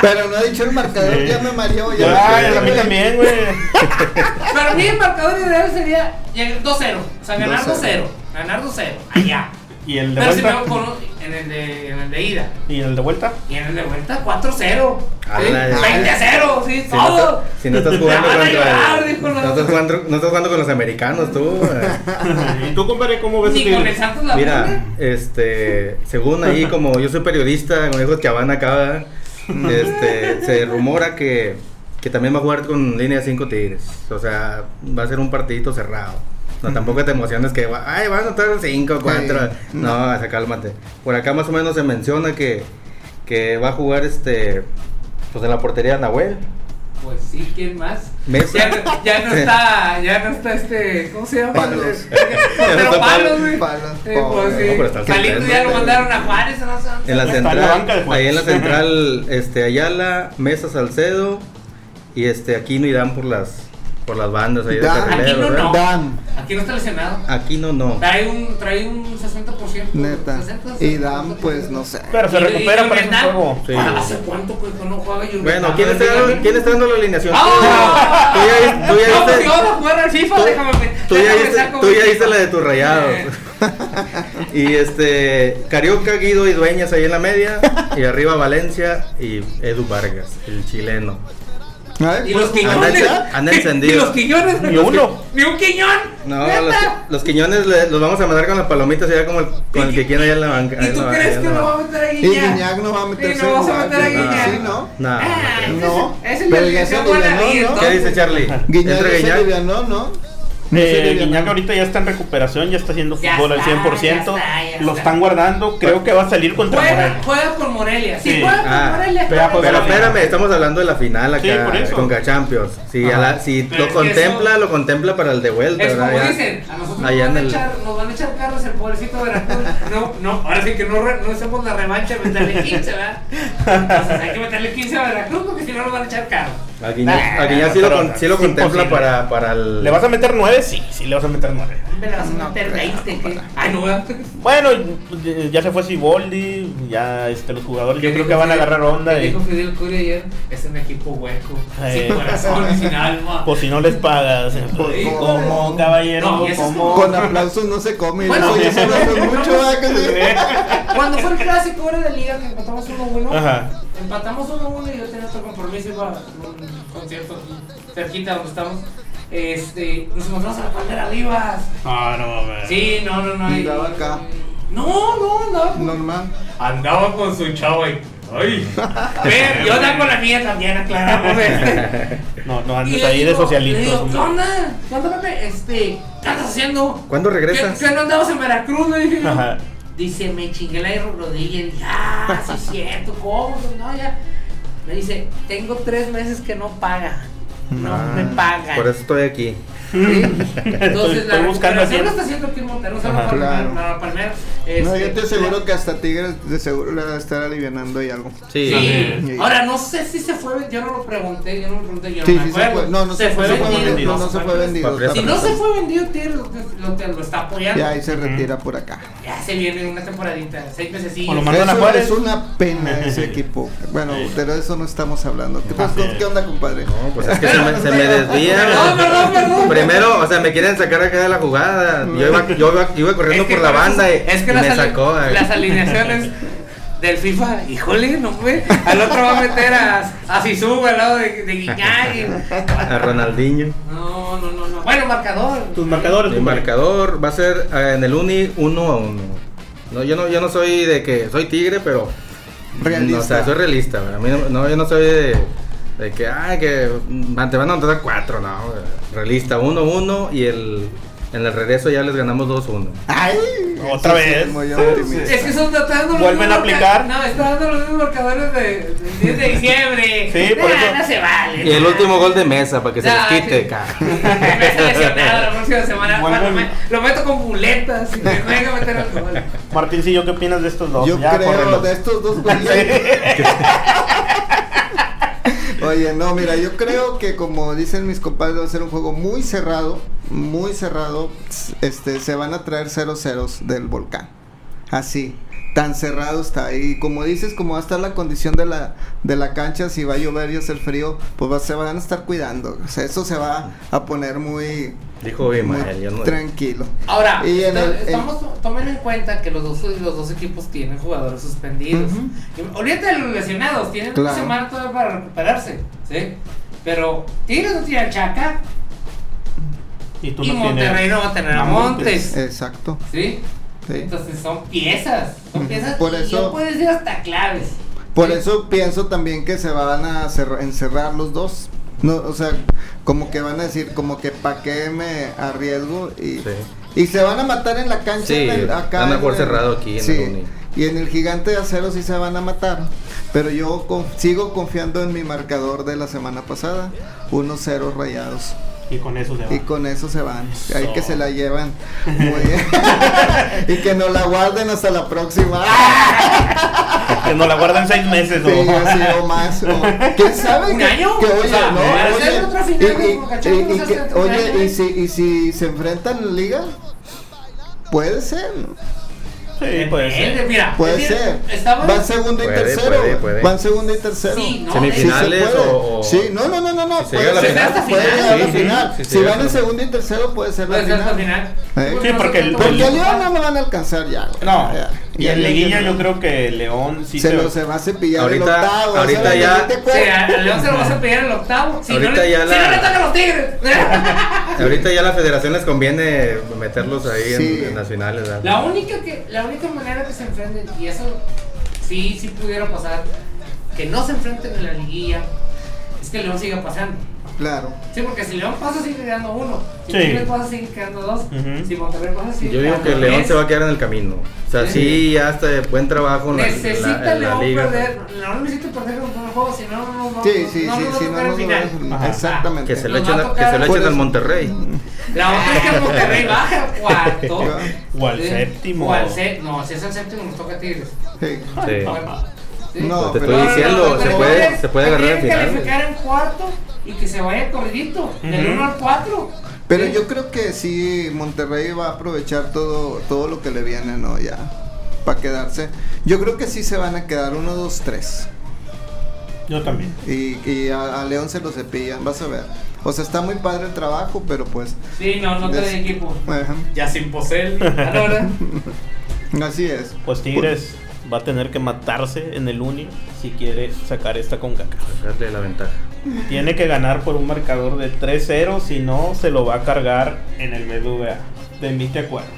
C: Pero no ha dicho el marcador,
B: Sí.
C: ya me mareó.
B: Ay,
C: Ya
B: a mí también, güey.
E: Para mí el marcador ideal sería llegar 2-0, o sea, ganar
C: 2-0.
E: 2-0, ganar 2-0, allá.
B: ¿Y el de
E: Pero si me
B: vuelta?
E: voy con un- en el de- en el de ida.
B: ¿Y el de vuelta?
E: Y en el de vuelta 4-0.
D: A
E: ¿sí?
D: la de-
E: 20-0, sí,
D: Si no,
E: todo.
D: estás- si no estás
E: Ya
D: jugando
E: van a
D: contra.
E: llorar, dijo la-
D: no, estás jugando, no estás jugando con los americanos, tú.
B: <laughs>
D: eh.
B: ¿Y tú, compadre, cómo ves este a
E: Ni con el
B: Tigres?
E: Santos la
D: Mira,
E: pone. <laughs>
D: este, según ahí, como yo soy periodista, como dijo Chavana acá, este, se rumora que, que también va a jugar con línea 5 Tigres. O sea, va a ser un partidito cerrado. No, tampoco te emociones que, va- ay, van a estar 5, 4.
C: Sí,
D: No, o sea, cálmate. Por acá más o menos se menciona que, que va a jugar este, pues en la portería Nahuel.
E: Pues sí, ¿quién más?
D: Mesa.
E: Ya, no- ya
D: <laughs>
E: no está, ya no está este, ¿cómo se llama?
C: <laughs> Palos.
E: Pero
D: está
E: palos,
D: Palos.
E: güey.
C: Palos,
E: Eh, pues,
C: pobre.
E: sí.
D: No, pero está el
E: Saliendo ya lo
C: suplente.
E: mandaron a Juárez, no sé dónde.
D: En la
B: Está en la
D: central,
B: banca de juegos.
D: ahí en la central, este Ayala, Mesa Salcedo y este Aquino irán por las por las bandas ahí de
C: Dan.
D: carrilero,
E: Aquino
D: ¿verdad?
E: no.
C: Dan.
E: Aquí no está lesionado.
D: Aquino no.
E: Trae un, trae un 60%.
C: Neta.
E: 60,
C: Y Dan, pues no sé.
B: Pero se
E: Y- y
B: recupera para ese
E: Yurgueta,
B: juego.
D: Sí.
E: ¿Hace cuánto pues, que no juega Yurgueta?
D: Bueno, ¿quién está, dando, quién está dando la alineación?
E: ¡Ah!
D: Tú ya, <laughs> tú ya
E: No,
D: viste-
E: si vamos a jugar al FIFA,
D: tú-
E: déjame
D: tú ya
E: déjame
D: viste-
E: saco
D: tú
E: mi
D: ya
E: FIFA.
D: viste la de tus rayados.
E: Eh,
D: <laughs> Y este Carioca, Guido y Dueñas ahí en la media y arriba Valencia y Edu Vargas, el chileno.
E: Y
C: Ay, pues,
E: los
D: anda
E: quiñones.
D: enc- anda encendido.
E: Y los quiñones.
B: Ni uno.
E: Ni un quiñón.
D: No,
E: neta.
D: los, los quiñones le- los vamos a mandar con las palomitas allá como el, con el que quiera allá en la banca.
E: ¿Y
D: en
E: tú
D: la-
E: crees
D: allá en
E: que
D: la
E: lo
D: banca.
E: va a meter a
C: Y
E: Guiñac?
C: Guiñac no va a meterse
E: Y no vas a meter a
C: en lugar,
E: Guiñac.
C: ¿sí, no?
D: No, no
E: Ah,
D: creo.
E: ese
C: No,
E: es- ese es
C: pero
E: el
C: ya
E: que
C: se
E: se vuela
C: alivianó,
E: ahí,
C: ¿no?
E: entonces.
D: ¿Qué dice Charlie?
C: Guiñac
D: ¿Entra
C: ya se
D: Guiñac?
C: alivianó, ¿no?
B: Eh,
C: Sí,
B: Guiñac
C: no.
B: ahorita ya está en recuperación, ya está haciendo
E: Ya
B: fútbol al
E: está,
B: 100%.
E: ya está, ya
B: lo
E: está.
B: están guardando, creo que va a salir contra
E: Juega,
B: Morelia.
E: juega con Morelia. Si
B: Sí.
E: juega con
D: Ah,
E: Morelia.
B: pero ya
E: juega
D: Pero
E: con Morelia.
D: espérame, estamos hablando de la final acá
B: Sí, por eso.
D: con Cachampions. Si, a
B: Ajá.
D: la- si
E: Pero
D: lo
E: es que
D: contempla,
E: eso-
D: lo contempla para el de vuelta,
E: Es como
D: ¿verdad? Ya.
E: dicen, a nosotros nos
D: allá
E: van,
D: en
E: a
D: el-
E: echar, nos van a echar carros el pobrecito de Veracruz. No, no, ahora sí que no, re- no hacemos la revancha de meterle 15, ¿verdad? Entonces hay que meterle 15 a Veracruz porque si no nos van a echar carros.
D: A Guiñac,
B: Nah,
D: a Guiñac sí, lo,
B: pero
D: con- sí lo
B: es
D: contempla
B: imposible.
D: para, para el.
B: ¿Le vas a meter nueve? Sí, sí. Sí, le vas a meter nueve.
E: Me la vas a
C: No,
E: meter
C: creo,
E: 20, ¿qué?
C: papá.
E: Ah, no, ¿verdad?
B: Bueno, y- ya se fue Siboldi, ya este, los jugadores yo
E: ¿Qué
B: creo
E: dijo
B: que van a
E: Fidel-
B: agarrar onda.
E: ¿qué
B: y-
E: Dijo Fidel Curi ayer, es un equipo hueco,
B: Eh.
E: sin
B: <laughs>
E: corazón, sin alma.
B: Pues si no les pagas,
C: Pues,
B: como
C: no.
B: caballero, pues,
E: No, y eso es
B: como.
C: Con aplausos no se come.
E: Bueno,
C: Bueno, eso ya se hace
E: no,
C: mucho,
E: no,
C: ¿verdad? que
E: Este,
C: sí?
E: Cuando fue el clásico era de liga que empatamos 1-1.
B: Ajá.
E: Empatamos 1-1 y yo tenía otro compromiso, iba a un concierto aquí, cerquita donde estamos. Este, nos encontramos a la pandera Rivas.
B: No, no mames.
E: Sí, Ah, no, no, no.
C: Y
E: y-
C: daba acá.
E: No, no, no.
B: <laughs>
C: Normal.
A: Andaba con su chavo y. ¡Ay!
E: Pero yo andaba con la mía también, aclaramos.
B: <laughs>
E: eh.
B: No, no
E: Y
B: andes
E: le
B: ahí de
E: digo-
B: socialistas.
E: le digo,
B: hombre.
E: ¿qué onda? ¿Qué onda, Pepe? Este, ¿qué andas haciendo?
D: ¿Cuándo
E: ¿Qué,
D: regresas?
E: qué no andabas en Veracruz? Le dije.
B: Ajá.
E: Dice, me chingué la rodilla. Y dije, ah, sí es cierto, ¿cómo? No, ya. Me dice, tengo tres meses que no paga. No
D: Ah,
E: me pagan.
D: Por eso estoy aquí.
E: Sí.
B: <laughs> Estoy-
E: Entonces,
B: estoy
E: la
B: buscando
E: recuperación
B: hacer-
E: lo está haciendo aquí en Monterrey. Un
B: Ajá.
E: saludo para
C: Claro.
E: para Palmer.
C: No,
E: Este,
C: yo te aseguro que hasta Tigres de seguro le va a estar alivianando y algo.
D: Sí.
E: Sí.
C: Sí.
E: Ahora, no sé si se fue, yo no lo pregunté, yo no lo pregunté, yo no
C: Sí,
E: me
C: sí se
E: acuerdo.
C: fue. No, no se, fue, vendido. No, no se fue vendido.
D: Papel.
E: Si no se fue vendido, Tigres lo, lo- lo está apoyando.
C: Ya ahí se retira por acá.
E: Ya se viene una temporadita, seis meses.
B: Con lo más- Mandan a
C: Eso
B: Juárez.
C: es una pena
B: <laughs>
C: ese equipo. Bueno, pero eso no estamos hablando. ¿Qué, pues,
B: Así es.
C: ¿qué onda, compadre?
D: No, pues es que se me, se me desvía.
E: Perdón, perdón, perdón.
D: Primero, o sea, me quieren sacar acá de la jugada. Yo iba, yo iba, yo iba corriendo por la banda y,
E: es que
D: y
E: las
D: me
E: ali-
D: sacó. eh.
E: Las alineaciones del FIFA, híjole, no fue. Al otro va a meter a, a Sisu al lado de, de Guiñac. y-
D: A Ronaldinho.
E: No, no, no, no. Bueno, marcador.
B: Tus marcadores,
D: Mi
B: compadre.
D: marcador va a ser eh, en el uni 1 a 1. No, yo no, yo no soy de que soy tigre, pero
C: Realista.
D: No, o sea, soy realista. güey. A mí no, no, yo no soy de, de que, ay, que mm, te van a anotar 4, no. güey. Realista 1-1 y el, en el regreso ya les ganamos 2-1.
C: Ay,
B: Otra
C: eso sí,
B: vez.
C: muy
B: Sí,
C: optimista.
E: Es que son tratando
B: Vuelven a aplicar.
E: No, están dando los mismos marcadores de, del 10 de diciembre.
B: Sí, por
E: Nah,
B: eso.
E: No se vale.
D: Y el último gol de mesa para que se
E: Nah,
D: les quite,
E: sí.
D: ca.
E: Me está lesionado la próxima semana.
B: Vuelven.
E: Bueno, me- lo meto con buletas. Y me voy a meter alcohol.
B: Martincillo, ¿qué opinas de estos dos?
C: Yo
B: Ya,
C: creo
B: córrelos.
C: de estos dos güeyes. Oye, no, mira, yo creo que como dicen mis compadres, va a ser un juego muy cerrado, muy cerrado. Este, se van a traer ceros ceros del volcán. Así, tan cerrado está. Y como dices, como va a estar la condición de la, de la cancha, si va a llover y hacer frío, pues va- se van a estar cuidando. O sea, eso se va a poner muy,
D: Dijo Bimael, yo
C: muy
D: no.
C: tranquilo.
E: Ahora,
C: Y en
E: to-
C: el- en-
E: estamos, tomen en cuenta que los dos, los dos equipos tienen jugadores suspendidos.
C: Ujú.
E: Y Olvídate de los lesionados, tienen una
C: Claro.
E: semana todavía para recuperarse. ¿sí? Pero Tigres no tiene a Chaca
B: Y tú
E: y
B: no
E: Monterrey
B: tienes.
E: no va a tener
B: a
E: a Montes.
C: Exacto.
E: ¿sí?
C: Eh, sí.
E: Entonces son piezas, son
C: Ujú.
E: piezas
C: Por
E: que
C: eso-
E: yo puedo decir hasta claves.
C: Por
E: Sí.
C: eso pienso también que se van a cerra- encerrar los dos. No, o sea, como que van a decir, como que pa' qué me arriesgo y,
D: Sí.
C: y se van a matar en la cancha.
D: Sí,
C: en el- acá
D: van a jugar
C: en el-
D: cerrado aquí en
C: sí,
D: el Uni.
C: Y en el gigante de acero sí se van a matar. Pero yo con- sigo confiando en mi marcador de la semana pasada. Unos ceros rayados.
B: Y con eso se va.
C: Y con eso se van. Hay que
B: Eso.
C: se la llevan. Muy bien. <laughs> y que nos la guarden hasta la próxima. ¡Ah!
B: Que nos la guardan seis meses, ¿no?
C: Sí, así o más. O, ¿Quién sabe?
E: ¿Un
C: que-
E: año?
C: que,
E: O
C: oye,
E: sea,
C: no,
E: para
C: oye,
E: hacer otra final
C: y-
E: de
C: y-
E: Concacaf,
C: y- y
E: ¿no?
C: que-
E: Hace otro año.
C: Oye, y si, y si se enfrentan en liga, puede ser.
B: Sí, puede
E: Depende,
B: ser.
E: Mira,
C: Puede
E: es decir,
C: ser.
E: estamos-
C: Van segundo y
D: Puede,
C: tercero.
D: puede, puede.
C: Van segundo y tercero.
E: Sí, no,
C: Sí, se
D: Semifinales
C: puede.
D: o- o-
C: Sí, no, no, no, no, no.
D: Si se
C: puede
D: llega a la
C: ser,
E: final. hasta
C: puede
E: final.
C: llegar a la
D: Sí, sí,
C: final.
D: sí, sí,
C: si
D: llega
C: van
D: hasta
C: en
D: la-
C: segundo y tercero, puede ser la
E: puede ser hasta
C: final.
E: final.
C: Eh.
E: Pues
B: Sí, porque el-
E: nosotros
C: Porque
E: tampoco-
C: León no lo van a alcanzar ya. güey.
B: No.
C: Ya,
B: Y
C: ya
B: en
C: León
B: Liguilla
C: ya no.
B: yo creo que León sí
C: se
B: se
C: lo se va a cepillar
D: Ahorita-
C: el octavo.
D: ahorita
C: ¿sabes?
D: ya-
C: ¿No te
E: Sí, ah.
C: acuerdas?
E: a- al León se lo vas a pedir en el octavo. Si, no
D: Ahorita
E: le,
D: ya
E: si
D: la-
E: no le tocan los
C: <laughs>
E: Tigres.
D: Ahorita ya a la federación les conviene meterlos ahí en-
C: Sí.
D: en, las finales. ¿verdad?
E: la, única que, la única manera que se enfrenten, y eso sí, sí pudiera pasar, que no se enfrenten en la liguilla, es que León siga pasando.
C: Claro.
E: Sí, porque si León pasa, sigue quedando uno. Si
B: Sí.
E: Tigres pasa, sigue quedando dos.
B: Ujú.
E: Si Monterrey pasa, sigue
D: Yo digo
E: quedando
D: que León
E: tres.
D: se va a quedar en el camino. O sea,
E: Sí.
D: sí, ya hasta de buen trabajo en la,
E: Necesita
D: en la- en la
E: León
D: liga.
E: perder. León necesita perder con un juego, si no, no nos vamos
C: Sí, sí,
E: no nos va a
C: sí, sí,
E: tocar
C: no
E: el
C: nos lo
E: final.
C: van a-
B: Ajá.
C: Exactamente.
D: Que se lo
E: Nos
D: echen,
E: va a
D: a- que se lo
E: tocar-
D: echen al Monterrey.
E: La otra es que
B: <laughs>
E: Monterrey baja cuarto.
B: O al
E: Sí.
B: séptimo.
E: O al sé- No, si es el séptimo nos toca Tigres.
C: Sí.
D: Sí.
E: Sí.
C: No,
D: te
C: pero-
D: estoy diciendo,
E: No, no, no,
D: se,
E: pero
D: puede,
E: Tigres-
D: se puede agarrar al
E: Tigres
D: final.
E: calificar en cuarto y que se vaya corridito, del
B: Ujú.
E: 1 al 4.
C: Pero
E: Sí.
C: yo creo que sí, Monterrey va a aprovechar todo, todo lo que le viene, ¿no? Ya, para quedarse. Yo creo que sí se van a quedar uno, dos, tres.
B: Yo también.
C: Y, y a, a León se lo cepillan, vas a ver. O sea, está muy padre el trabajo, pero pues...
E: Sí, no, no trae
C: es-
E: equipo.
C: Ajá.
A: Ya sin posel.
E: Ah, no, ¿verdad?
C: Así es.
B: Pues Tigres va a tener que matarse en el uni si quiere sacar esta con caca.
D: Darle la ventaja.
B: Tiene que ganar por un marcador de 3-0, si no se lo va a cargar en el BBVA. De mí te acuerdas.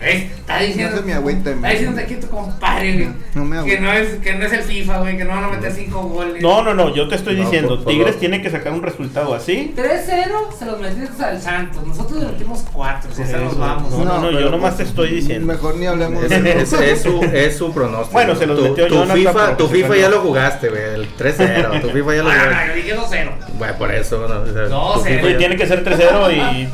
E: Eh, Está diciendo.
C: No se me agüita,
E: está
C: man.
E: diciendo aquí tu compadre, güey.
C: No me
E: que
C: agüita.
E: no es, que no es el FIFA, güey, que no van a meter cinco goles.
B: No, no, no, yo te estoy
D: No,
B: diciendo,
D: por favor.
B: Tigres tiene que sacar un resultado así.
E: 3-0 se los metiste al Santos. Nosotros le metimos 4, si
B: Por
E: se nos
B: eso.
E: vamos.
B: No, no, no,
C: pero pues,
B: yo nomás te estoy diciendo.
C: Mejor ni hablemos
D: Es, <laughs>
C: de
D: es-
C: eso.
D: es su, es su pronóstico.
B: Bueno, se los
D: tu,
B: metió
D: tu
B: Jonathan, pero
D: FIFA, tu
B: se
D: FIFA
B: perdió.
D: ya lo jugaste, güey. El 3-0. Tu FIFA
E: <laughs>
D: ya lo
E: Ah, yo
D: jugaste.
E: dije 2-0.
D: Bueno, por eso. No, o sea,
E: No,
D: tu
E: se-
D: FIFA
B: Oye,
D: ya-
B: tiene que ser 3-0 y,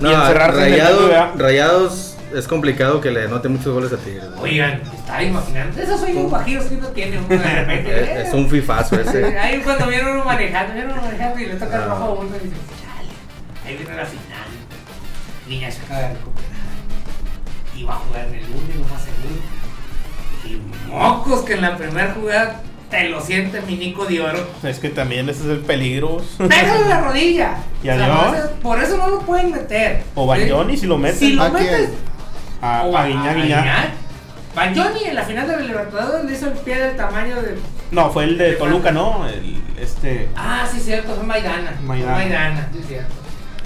D: No,
B: y encerrarse en el
D: Rayados,
B: BBVA.
D: Rayados es complicado que le note muchos goles a Tigres. güey.
E: Oigan, está imaginando. Esos soy un bajiros que no tiene <laughs> uno de repente. ¿eh?
D: Es, es un fifazo ese.
E: Ahí cuando vieron uno manejando, vieron uno manejando y le toca el
D: Ah.
E: rojo a uno y dice, chale, ahí viene la final. Niña se acaba de recuperar. Y va a jugar en el lunes, lo más seguro. Y mocos que en la primera jugada te lo siente mi Nico de oro.
B: Es que también ese es el peligro.
E: Pégale la rodilla.
B: ¿Y adiós?
E: por eso- por eso no lo pueden meter.
B: O Bagnoni, si lo meten.
E: Si lo
C: ¿A quién?
E: metes,
B: a,
E: o
B: Oh, a Guiñac, Guiñac.
E: Bagnoni en la final de la Libertadores le hizo el pie del tamaño de
B: No, fue el de Toluca, ¿no? El, este.
E: Ah, sí, cierto, fue Maidana.
B: Maidana.
E: Fue Maidana, sí, cierto.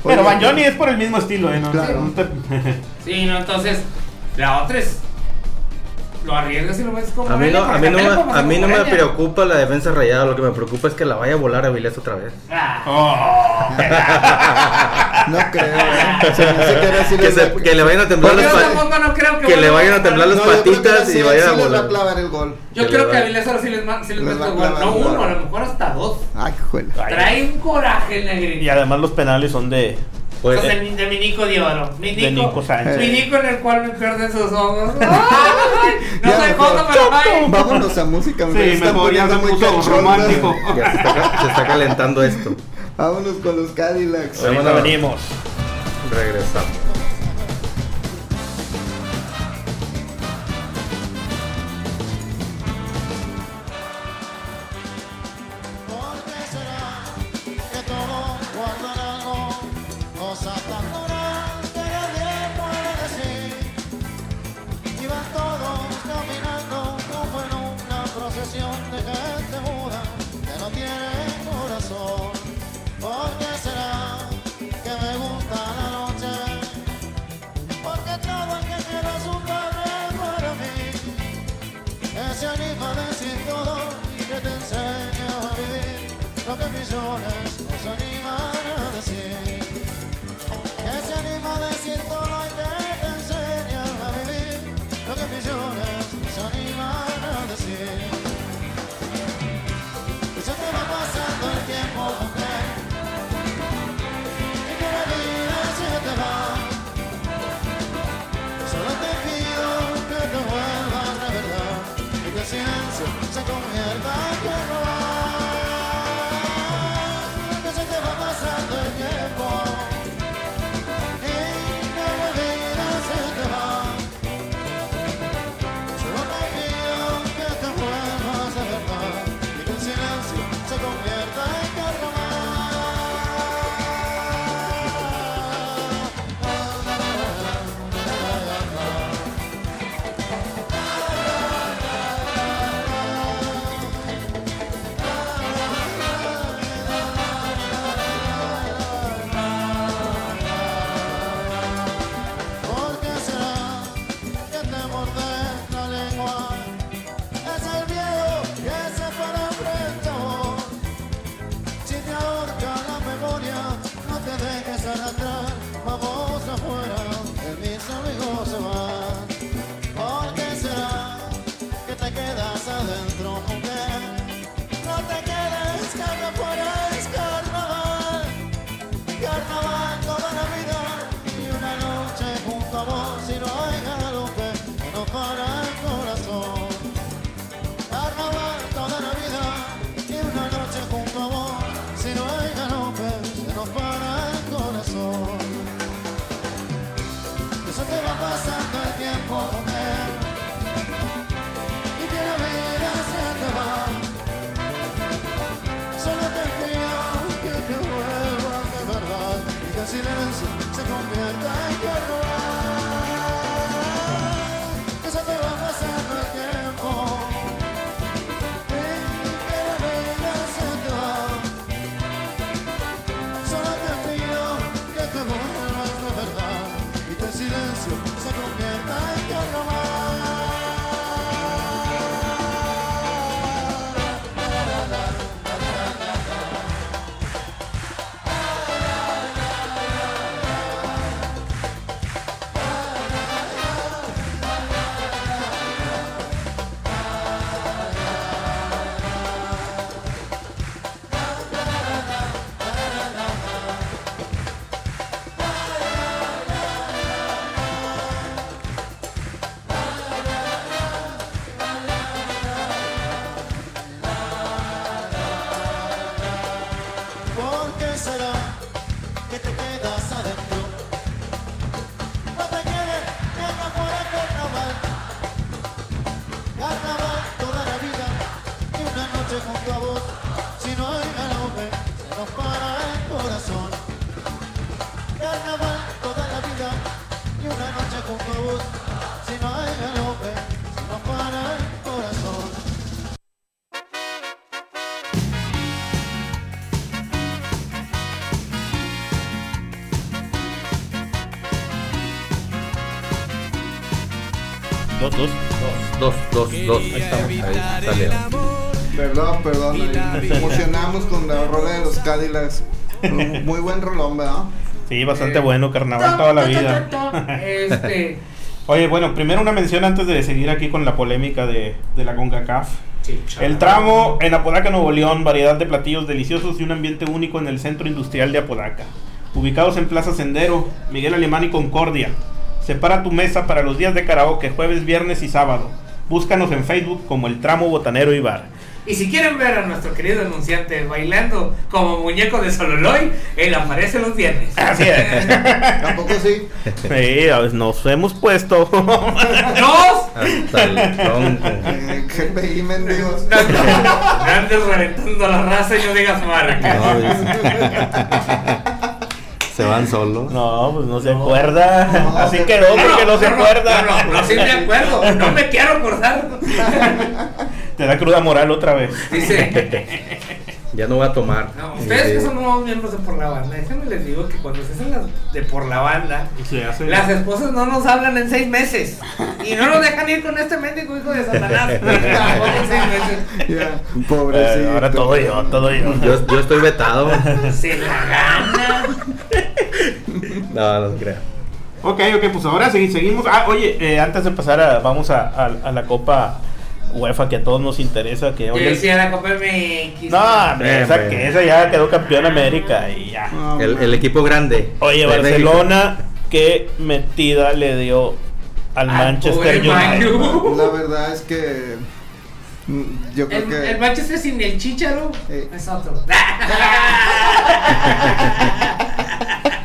B: Pero
C: Oye,
B: Bagnoni es por el mismo estilo, ¿eh? No,
C: Claro.
B: no te- <laughs>
E: Sí, no, entonces, la otra es. Lo arriesgas y lo metes como.
D: A mí no, a mí no, me- a mí no me
E: preocupa.
D: preocupa la defensa rayada. Lo que me preocupa es que la vaya a volar a Vilés otra vez.
E: Ah.
B: <laughs> Oh.
C: No creo. eh. Se me hace que ahora sí
D: Que,
C: les
D: se-
C: va-
D: que le vayan a temblar
E: Yo
D: las patitas.
E: tampoco no creo que.
D: que le
E: vuelva
D: vayan a
E: pasar.
D: temblar las
C: No, yo creo que
D: patitas
C: ahora sí-
D: y vayan
C: sí
D: a
C: les va
D: volar.
C: a clavar el gol.
E: Yo
D: que
E: creo
D: le
E: que a
D: va-
E: Avilés ahora sí les ma- sí les
C: les
E: mete
C: va a
E: un gol.
C: clavar
E: No
C: un gol.
E: uno, a lo mejor hasta dos.
C: Ay, joder.
E: Trae un coraje el
B: Y
E: negrito.
B: además los penales son de.
D: Pues,
E: Son de, de mi Nico de oro. Mi Nico,
B: eh, De Nico Sánchez.
E: Mi Nico en el cual me pierden sus ojos.
C: <laughs>
E: ¡Ay! No
C: Ya,
E: soy
C: mejor.
E: joto, pero vaya.
C: Vámonos a música, me están poniendo muy cachondas.
A: romántico.
D: ya se está, se está calentando esto.
C: Vámonos con los Cadillacs.
D: Oye.
B: Ahorita
D: Vámonos.
B: venimos.
D: Regresamos.
F: Porque será que todos guardan algo, cosas tan duras que nadie puede decir. Y van todos caminando como en una procesión de gente muda que no tiene corazón. Porque será que me gusta la noche, porque todo el que quiera su padre para mí. Ese anima a decir todo y que te enseña a vivir lo que millones nos animan a decir. Ese anima a decir todo y que te enseña a vivir lo que millones nos animan a decir. Y se te va pasando el tiempo, mujer. Y que la vida se te va. Solo te pido que te vuelvas la verdad y que el silencio se convierta en terror. Que se te va pasando el tiempo y que la vida se te va. Solo te pido que te vuelvas la verdad y que el silencio se convierta en terror. ¿Por qué será que te mordé la lengua? Es el miedo que se para frente a vos. Si te ahorca la memoria, no te dejes arrastrar. Vamos afuera, el mis amigos se van. ¿Por qué será que te quedas adentro, mujer? No te quedes, que acá afuera es carnaval. Carnaval toda la vida y una noche junto a vos y no hay galope que no para el corazón. Carnaval toda la vida y una noche junto a vos si no hay galope que no para el corazón. vicio se convierta en carnaval. ¿Por qué será que te quedas adentro? No te quedes, que no fuera carnaval. Carnaval toda la vida y una noche junto a vos. Si no hay hombre, se nos para el corazón. Carnaval toda la vida y una noche junto a vos. Si no hay hombre, se nos para el corazón.
B: Dos, dos.
D: Dos, dos, dos. Ahí estamos. Ahí sale.
C: Perdón, perdón. ahí Nos emocionamos con la rola de los Cadillacs. Un Muy buen rolón, ¿verdad?
B: Sí, bastante bueno, carnaval toda la vida. <laughs>
E: Este.
B: Oye, bueno, primero una mención antes de seguir aquí con la polémica de, de la CONCACAF.
E: sí,
B: El tramo en Apodaca, Nuevo León, variedad de platillos deliciosos y un ambiente único en el centro industrial de Apodaca. Ubicados en Plaza Sendero, Miguel Alemán y Concordia. Separa tu mesa para los días de karaoke, jueves, viernes y sábado. Búscanos en Facebook como el tramo botanero y bar.
E: Y si quieren ver a nuestro querido anunciante bailando como muñeco de Sololoy, él aparece los viernes.
B: Así es.
C: Tampoco sí.
B: Sí, a ver, nos hemos puesto. <laughs>
E: ¡Dos! <laughs>
D: Hasta el tronco.
C: Eh, que
B: <laughs>
C: pedí mendigos.
E: Andes reventando a la raza y no digas marca.
D: No, dice. Se van solos.
B: No, pues no se acuerda.
C: No,
B: Así
C: se-
B: quedó porque no se acuerda.
E: No, no, no, sí me acuerdo. No me quiero acordar.
B: Te da cruda moral otra vez.
E: Dice,
D: Ya no voy a tomar.
E: no, ustedes que son nuevos miembros de Por la Banda, déjenme les digo que cuando se hacen las de Por la Banda, las esposas no nos hablan en seis meses. Y no nos dejan ir con este mendigo hijo de Satanás.
B: <laughs>
E: En seis meses.
C: <laughs> Ya,
B: Eh,
C: pobrecito.
B: ahora todo yo, todo yo.
D: Yo, yo estoy vetado.
E: Se la gana.
D: No, no creo.
B: Ok, ok, pues ahora segui- seguimos. Ah, oye, eh, antes de pasar a, vamos a, a- a la Copa UEFA que a todos nos interesa. Que hoy
E: Yo
B: el-
E: decía la Copa MX.
B: No, hombre,
D: Eh,
B: esa,
D: bueno.
B: que esa ya quedó campeón América y ya.
C: No,
D: El,
C: man.
D: el equipo grande.
B: Oye,
D: de
B: Barcelona, qué metida le dio al
E: Al
B: Manchester
E: pobre
B: United.
E: Manu.
C: La verdad es que. mm, Yo creo
E: El,
C: que.
E: el Manchester sin el chicharo
C: Eh.
E: es otro.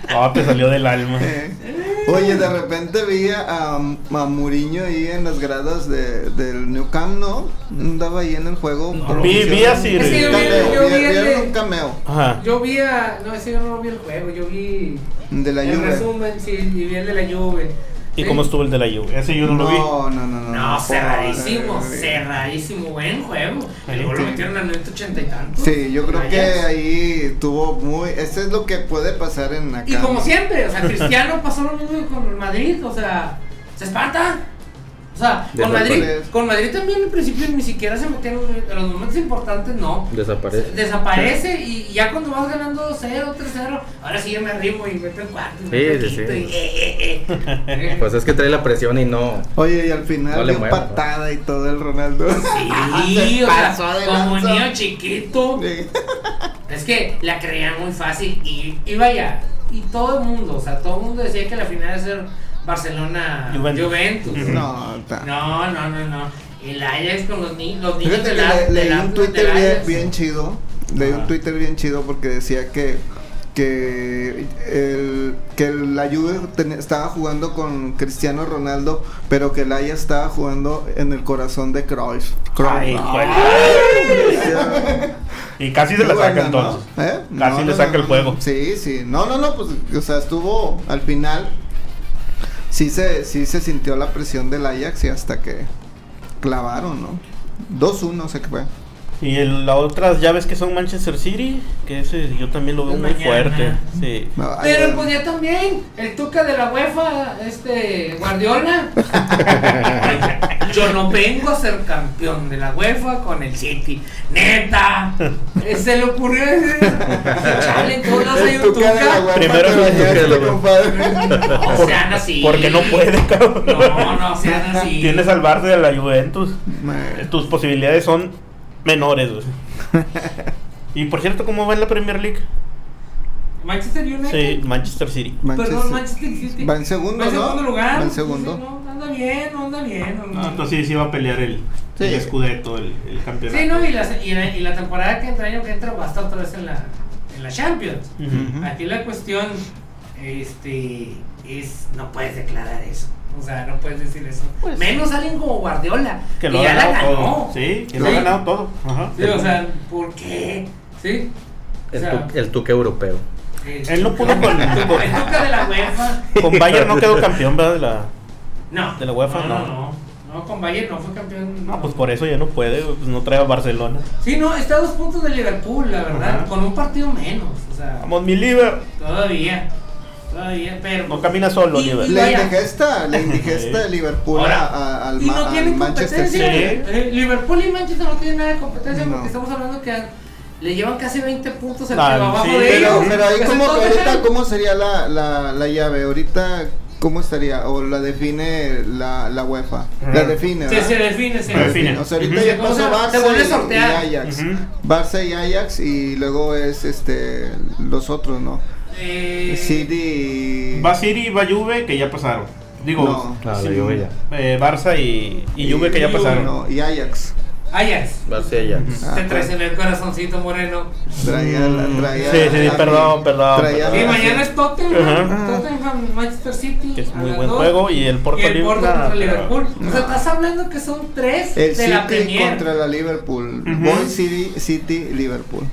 B: No, te salió del <laughs> alma.
C: Eh, <laughs> Oye, de repente vi a, um, a Muriño ahí en las gradas de, del New Camp, ¿no? Andaba ahí en el juego.
B: No,
C: por
B: vi-
C: oficio.
B: vi así
C: Un
B: de- Es que yo vi-
C: cameo,
E: yo vi
C: vi-
E: el
C: vieron
E: de-
C: un cameo
B: Ajá.
E: Yo vi a. No, ese yo no vi el juego, yo vi.
C: de la
E: el
C: Juve.
E: resumen, sí, y vi el de la Juve.
B: ¿Y
E: Sí.
B: cómo estuvo el de la Juve? Ese yo no, lo vi.
C: No, no, no, no.
E: No,
C: por-
E: cerradísimo,
C: eh,
E: cerradísimo, buen juego.
B: Sí.
E: El gol lo metieron a 980 y tantos.
C: Sí, yo creo
E: Ajax.
C: que ahí tuvo muy. Eso es lo que puede pasar en acá.
E: Y como
C: ¿no?
E: siempre, o sea, Cristiano pasó lo mismo que con el Madrid, o sea, se espanta. O sea,
D: De
E: con Madrid,
C: Nápoles.
E: con Madrid también al principio ni siquiera se metieron en los momentos importantes, no.
D: Desaparece.
E: Desaparece y ya cuando vas ganando 2-0, 3-0, ahora sí yo me arrimo y meto el cuarto. y meto el
D: sí, sí.
E: quinto y, eh, eh,
C: <laughs>
E: eh.
D: Pues es que trae la presión y no.
C: Oye, y al final
D: No le
C: dio
D: muevas, ¿no?
C: patada y todo el Ronaldo.
E: <laughs> Sí,
C: Se
E: o sea,
C: pasó de
E: como
C: lanza.
E: niño chiquito.
C: Sí.
E: Es que la creían muy fácil y, y vaya, y todo el mundo, o sea, todo el mundo decía que la final iba a ser
B: Juventus.
E: Barcelona-Juventus.
C: No, está.
E: No, no, no, no. El Ajax con los, ni los niños
C: Fíjate
E: del
C: que
E: Atlas.
C: le- leí
E: del
C: un
E: Atlas,
C: Twitter
E: del
C: bien,
E: Ajax.
C: bien chido. Leí
B: Ajá.
C: un Twitter bien chido porque decía que que el que el- la Juve ten- estaba jugando con Cristiano Ronaldo, pero que el Ajax estaba jugando en el corazón de Cruyff. Cruyff.
B: Ay,
C: No,
B: güey.
C: <laughs>
B: Y casi se
C: qué
B: la saca
C: buena, ¿no?
B: entonces.
C: ¿Eh?
B: Casi le saca el juego.
C: Sí, sí. No, no, no, pues o sea, estuvo al final sí se sí se sintió la presión del Ajax y hasta que clavaron, ¿no? 2-1 se fue.
B: Y el- las otras llaves que son Manchester City, que ese yo también lo veo muy
E: Mañana.
B: fuerte. Sí.
C: No, ay,
E: Pero
C: ay.
E: pues ya también, el tuca de la UEFA, este, Guardiola. Yo no vengo a ser campeón de la UEFA con el City. Neta. Eh, Se le ocurrió ese- Chale, en todos lados hay
C: El
E: un
C: tuca de la
E: tuca.
C: web,
B: Primero
C: te
B: el
C: bañaste,
D: tuca de la web.
B: <laughs>
C: compadre.
E: No sean así.
B: Porque no puede, cabrón.
E: No, no sean así.
B: Tienes al Barça de la Juventus.
C: Man.
B: Tus posibilidades son menores,
C: <laughs>
B: güey. Y por cierto, ¿cómo va en la Premier League?
E: Manchester United.
B: Sí, Manchester City.
E: Perdón,
C: Manchester.
E: Manchester City.
C: Va en segundo,
E: Va en
C: ¿no?
E: segundo lugar.
C: Va en segundo.
E: Sí, no, anda bien, no anda bien. no anda
B: No,
E: bien.
B: Ah, entonces sí, sí va a pelear el,
C: Sí.
B: el Scudetto, el, el campeonato.
E: Sí, no, y la, y, la, y la temporada que entra, año que entra, va a estar otra vez en la, en la Champions.
B: Ujú.
E: Aquí la cuestión este, es: no puedes declarar eso. O sea, no puedes decir eso. Menos alguien como Guardiola.
B: Pues Que lo ha
E: ya la
B: ganado
E: ganó.
B: todo. Sí, que lo ha
E: Sí.
B: ganado todo. Ajá.
E: Sí, o sea, ¿por qué? Sí. O
D: El,
E: sea,
D: tu- el tuque europeo.
E: eh,
B: Él no pudo con-
E: El Tuca de la UEFA.
B: Con Bayern no
C: <laughs>
B: quedó campeón, ¿verdad? De la...
E: No.
B: ¿De la UEFA?
E: No, no,
B: No.
E: no. No, con Bayern no fue campeón.
B: No, pues por eso ya no puede, güey, pues no trae a Barcelona.
E: Sí, no, está a dos puntos de Liverpool, la verdad.
B: Ajá.
E: Con un partido menos. O sea,
B: Vamos, mi libre.
E: Todavía, todavía, pero.
B: No camina solo,
E: Y- y
B: Oliver.
C: La
E: vaya,
C: indigesta, la indigesta de Liverpool
E: Ahora,
C: a- a- al,
E: y
C: ma-
E: no
C: al
E: tienen
C: Manchester
E: competencia.
C: City.
B: City.
E: Eh, Liverpool y Manchester no tienen nada de competencia
C: No.
E: porque estamos hablando que le llevan casi 20 puntos al
B: Ah,
E: que va abajo
B: sí,
E: de
C: Pero,
E: ellos.
C: pero ahí
E: Pues
C: como que
E: entonces,
C: ahorita, ¿cómo sería la, la, la llave? Ahorita, ¿cómo estaría? ¿O la define la, la UEFA? La define,
E: se,
C: ¿verdad?
E: se define, se
B: Se define.
C: O sea, ahorita
B: Ujú.
C: ya
E: O sea,
C: pasó
E: se vuelve a
C: Barça y, y
E: sortear.
C: Ajax.
B: Ujú.
C: Barça y Ajax y luego es este los otros, ¿no?
E: Eh,
C: City y...
B: Va City y va Juve, que ya pasaron. Digo,
C: No.
D: Ah,
B: sí,
D: la Juve ya.
B: eh, Barça y, y Juve, que ya
E: Juve,
B: pasaron.
C: No, y Ajax.
E: Ajax.
D: Va hacia allá.
C: Ah,
E: Te traicionó el corazoncito moreno.
C: Traía la-
B: Mm.
C: traía
B: Sí, sí,
C: la-
B: perdón, perdón,
C: traía
B: Ah,
E: Y
B: perdón.
C: la-
E: mañana es Tottenham.
B: Ajá.
E: Tottenham, Manchester City.
B: Que es
E: a
B: muy
E: las
B: buen
E: dos.
B: juego. Y el Porto
E: Y el
B: Liverpool.
E: Porto contra Liverpool. O
C: No.
E: sea, estás hablando que son tres
C: El
E: de la
C: City
E: Premier.
C: contra la Liverpool.
B: Ujú.
C: Boy City, City, Liverpool.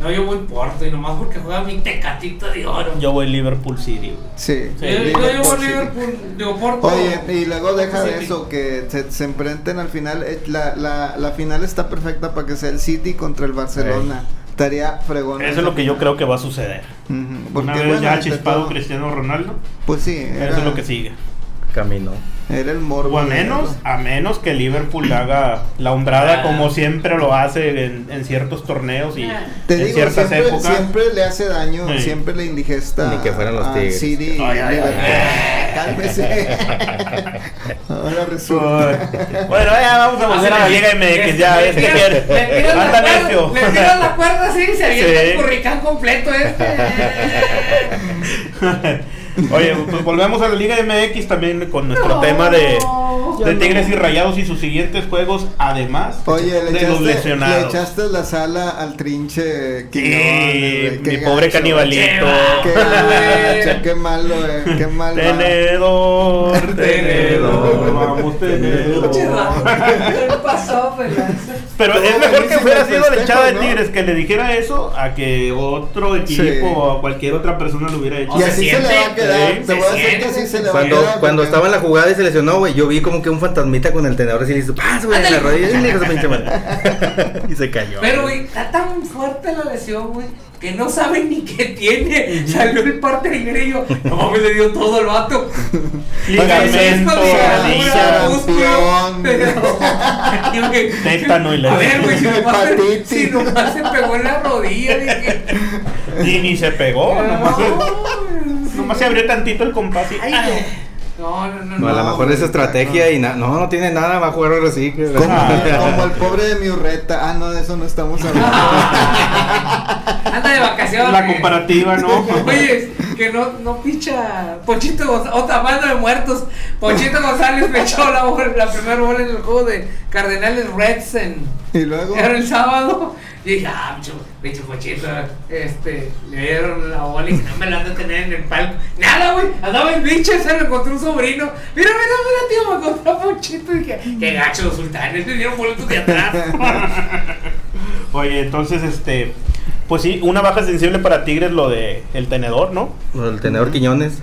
E: No, yo voy Porto y nomás porque juega mi tecatito de oro.
B: Yo voy Liverpool City. güey.
C: Sí.
E: Yo- yo
C: Liverpool,
E: llevo
C: City.
E: Liverpool, digo Porto.
C: Oye, y luego deja de
E: City.
C: eso, que se, se enfrenten al final. eh, La, la, la final está perfecta para que sea el City contra el Barcelona. Estaría fregón.
B: Eso es lo que yo creo que va a suceder.
C: Ujú, porque,
B: Una vez
C: bueno,
B: ya
C: entre
B: chispado
C: todo-
B: Cristiano Ronaldo,
C: Pues sí, era,
B: eso es lo que sigue.
D: Camino.
C: era el morbo.
B: O a
C: de
B: menos,
C: verlo.
B: a menos que Liverpool haga la hombrada como siempre lo hace en, en ciertos torneos y
E: Ah.
C: Te
B: en
C: digo,
B: ciertas
C: siempre,
B: épocas.
C: siempre le hace daño,
B: Sí.
C: siempre le indigesta.
D: Ni que fueran los
C: a
D: Tigres.
C: City y
B: Ay, ay,
C: Liverpool. <laughs>
B: ay.
C: Cálmese.
B: <laughs>
C: Ahora resulta.
E: <laughs>
B: bueno, ya vamos a volver a la Liga MX ya,
E: Le
B: este <laughs>
E: tiran-
B: quiere.
E: le tiran la
B: Anda
E: cuerda-
B: necio.
E: Le tiran la cuerda así y se avienta
B: Sí.
E: el curricán completo
B: <laughs>
E: este.
B: Oye, pues volvemos a la Liga MX también con nuestro
E: No,
B: tema de,
E: ya
B: de
E: no.
B: Tigres y Rayados y sus siguientes juegos, además
C: Oye,
B: de
C: le
B: los
C: echaste, le
B: lesionados.
C: echaste la sala al trinche Quiñones,
B: Sí,
C: güey,
B: mi
C: qué
B: pobre
C: gacho.
B: canibalito.
C: Qué gacho, qué malo, eh, qué mal. va. <laughs>
B: Tenedor, tenedor,
C: Tenedor.
B: vamos
E: Pinche
B: tenedor.
E: raro. ¿Qué pasó, pues? pelas?
B: Pero
C: Todo
B: es mejor
C: feliz
B: que
C: en
B: hubiera
C: el
B: sido la
C: festejo,
B: echada de
C: ¿no?
B: Tigres que le dijera eso a que otro equipo
C: Sí.
B: o a cualquier otra persona lo hubiera hecho.
C: Y
E: ¿Se
C: así se
E: siente?
C: le va a quedar.
B: Sí.
C: Te voy a decir que
E: siente?
C: así se le va a
D: Cuando,
C: quedar.
D: cuando
C: porque-
D: estaba en la jugada y se lesionó, güey, yo vi como que un fantasmita con el tenedor así le hizo ¡Paz, güey! En la rodilla. ¡Ay, hijo de su pinche madre! <laughs> y se cayó.
E: Pero, güey, está tan fuerte la lesión, güey, que no saben ni qué tiene. Salió el parte de y yo, no mames, le dio todo el vato.
B: Ligamento,
E: Eso es
C: ligamento,
B: rodilla.
E: ligadura, músculo. Yo que-
B: Tétano y la-
E: A ver, güey, si nomás, se,
C: Hepatitis.
E: si nomás se pegó en la rodilla, <laughs> dije.
B: Y ni se pegó, nomás,
E: no,
B: nomás se abrió tantito el compás y-
E: No, no, no.
D: No, a lo
C: No,
D: mejor
C: güey,
D: es estrategia y na- no, no tiene nada, va a jugar ahora sí. que-
C: Como,
B: Ah.
C: como el pobre de mi urreta. Ah, no, de eso no estamos
B: <laughs>
C: hablando.
E: Ah, Anda de vacaciones.
B: la comparativa, ¿no?
E: Oye, que no, no picha Pochito González, otra banda de muertos. Pochito González me echó la, bola- la primera bola en el juego de Cardenales Reds en,
C: Y luego.
E: era el sábado. Y dije, ah, mucho, pinche Pochito, este, le dieron la bola y dije, no me la han de tener en el palco. Nada, güey, andaba en pinche, se lo encontró un sobrino. Mira, mira, mira, tío, me encontró a Pochito. Y dije, qué gacho
C: <laughs>
E: los sultanes, me dieron boletos de atrás.
B: Oye, entonces, este. Pues sí, una baja sensible para Tigres lo de el tenedor, ¿no?
D: <laughs> El tenedor Quiñones.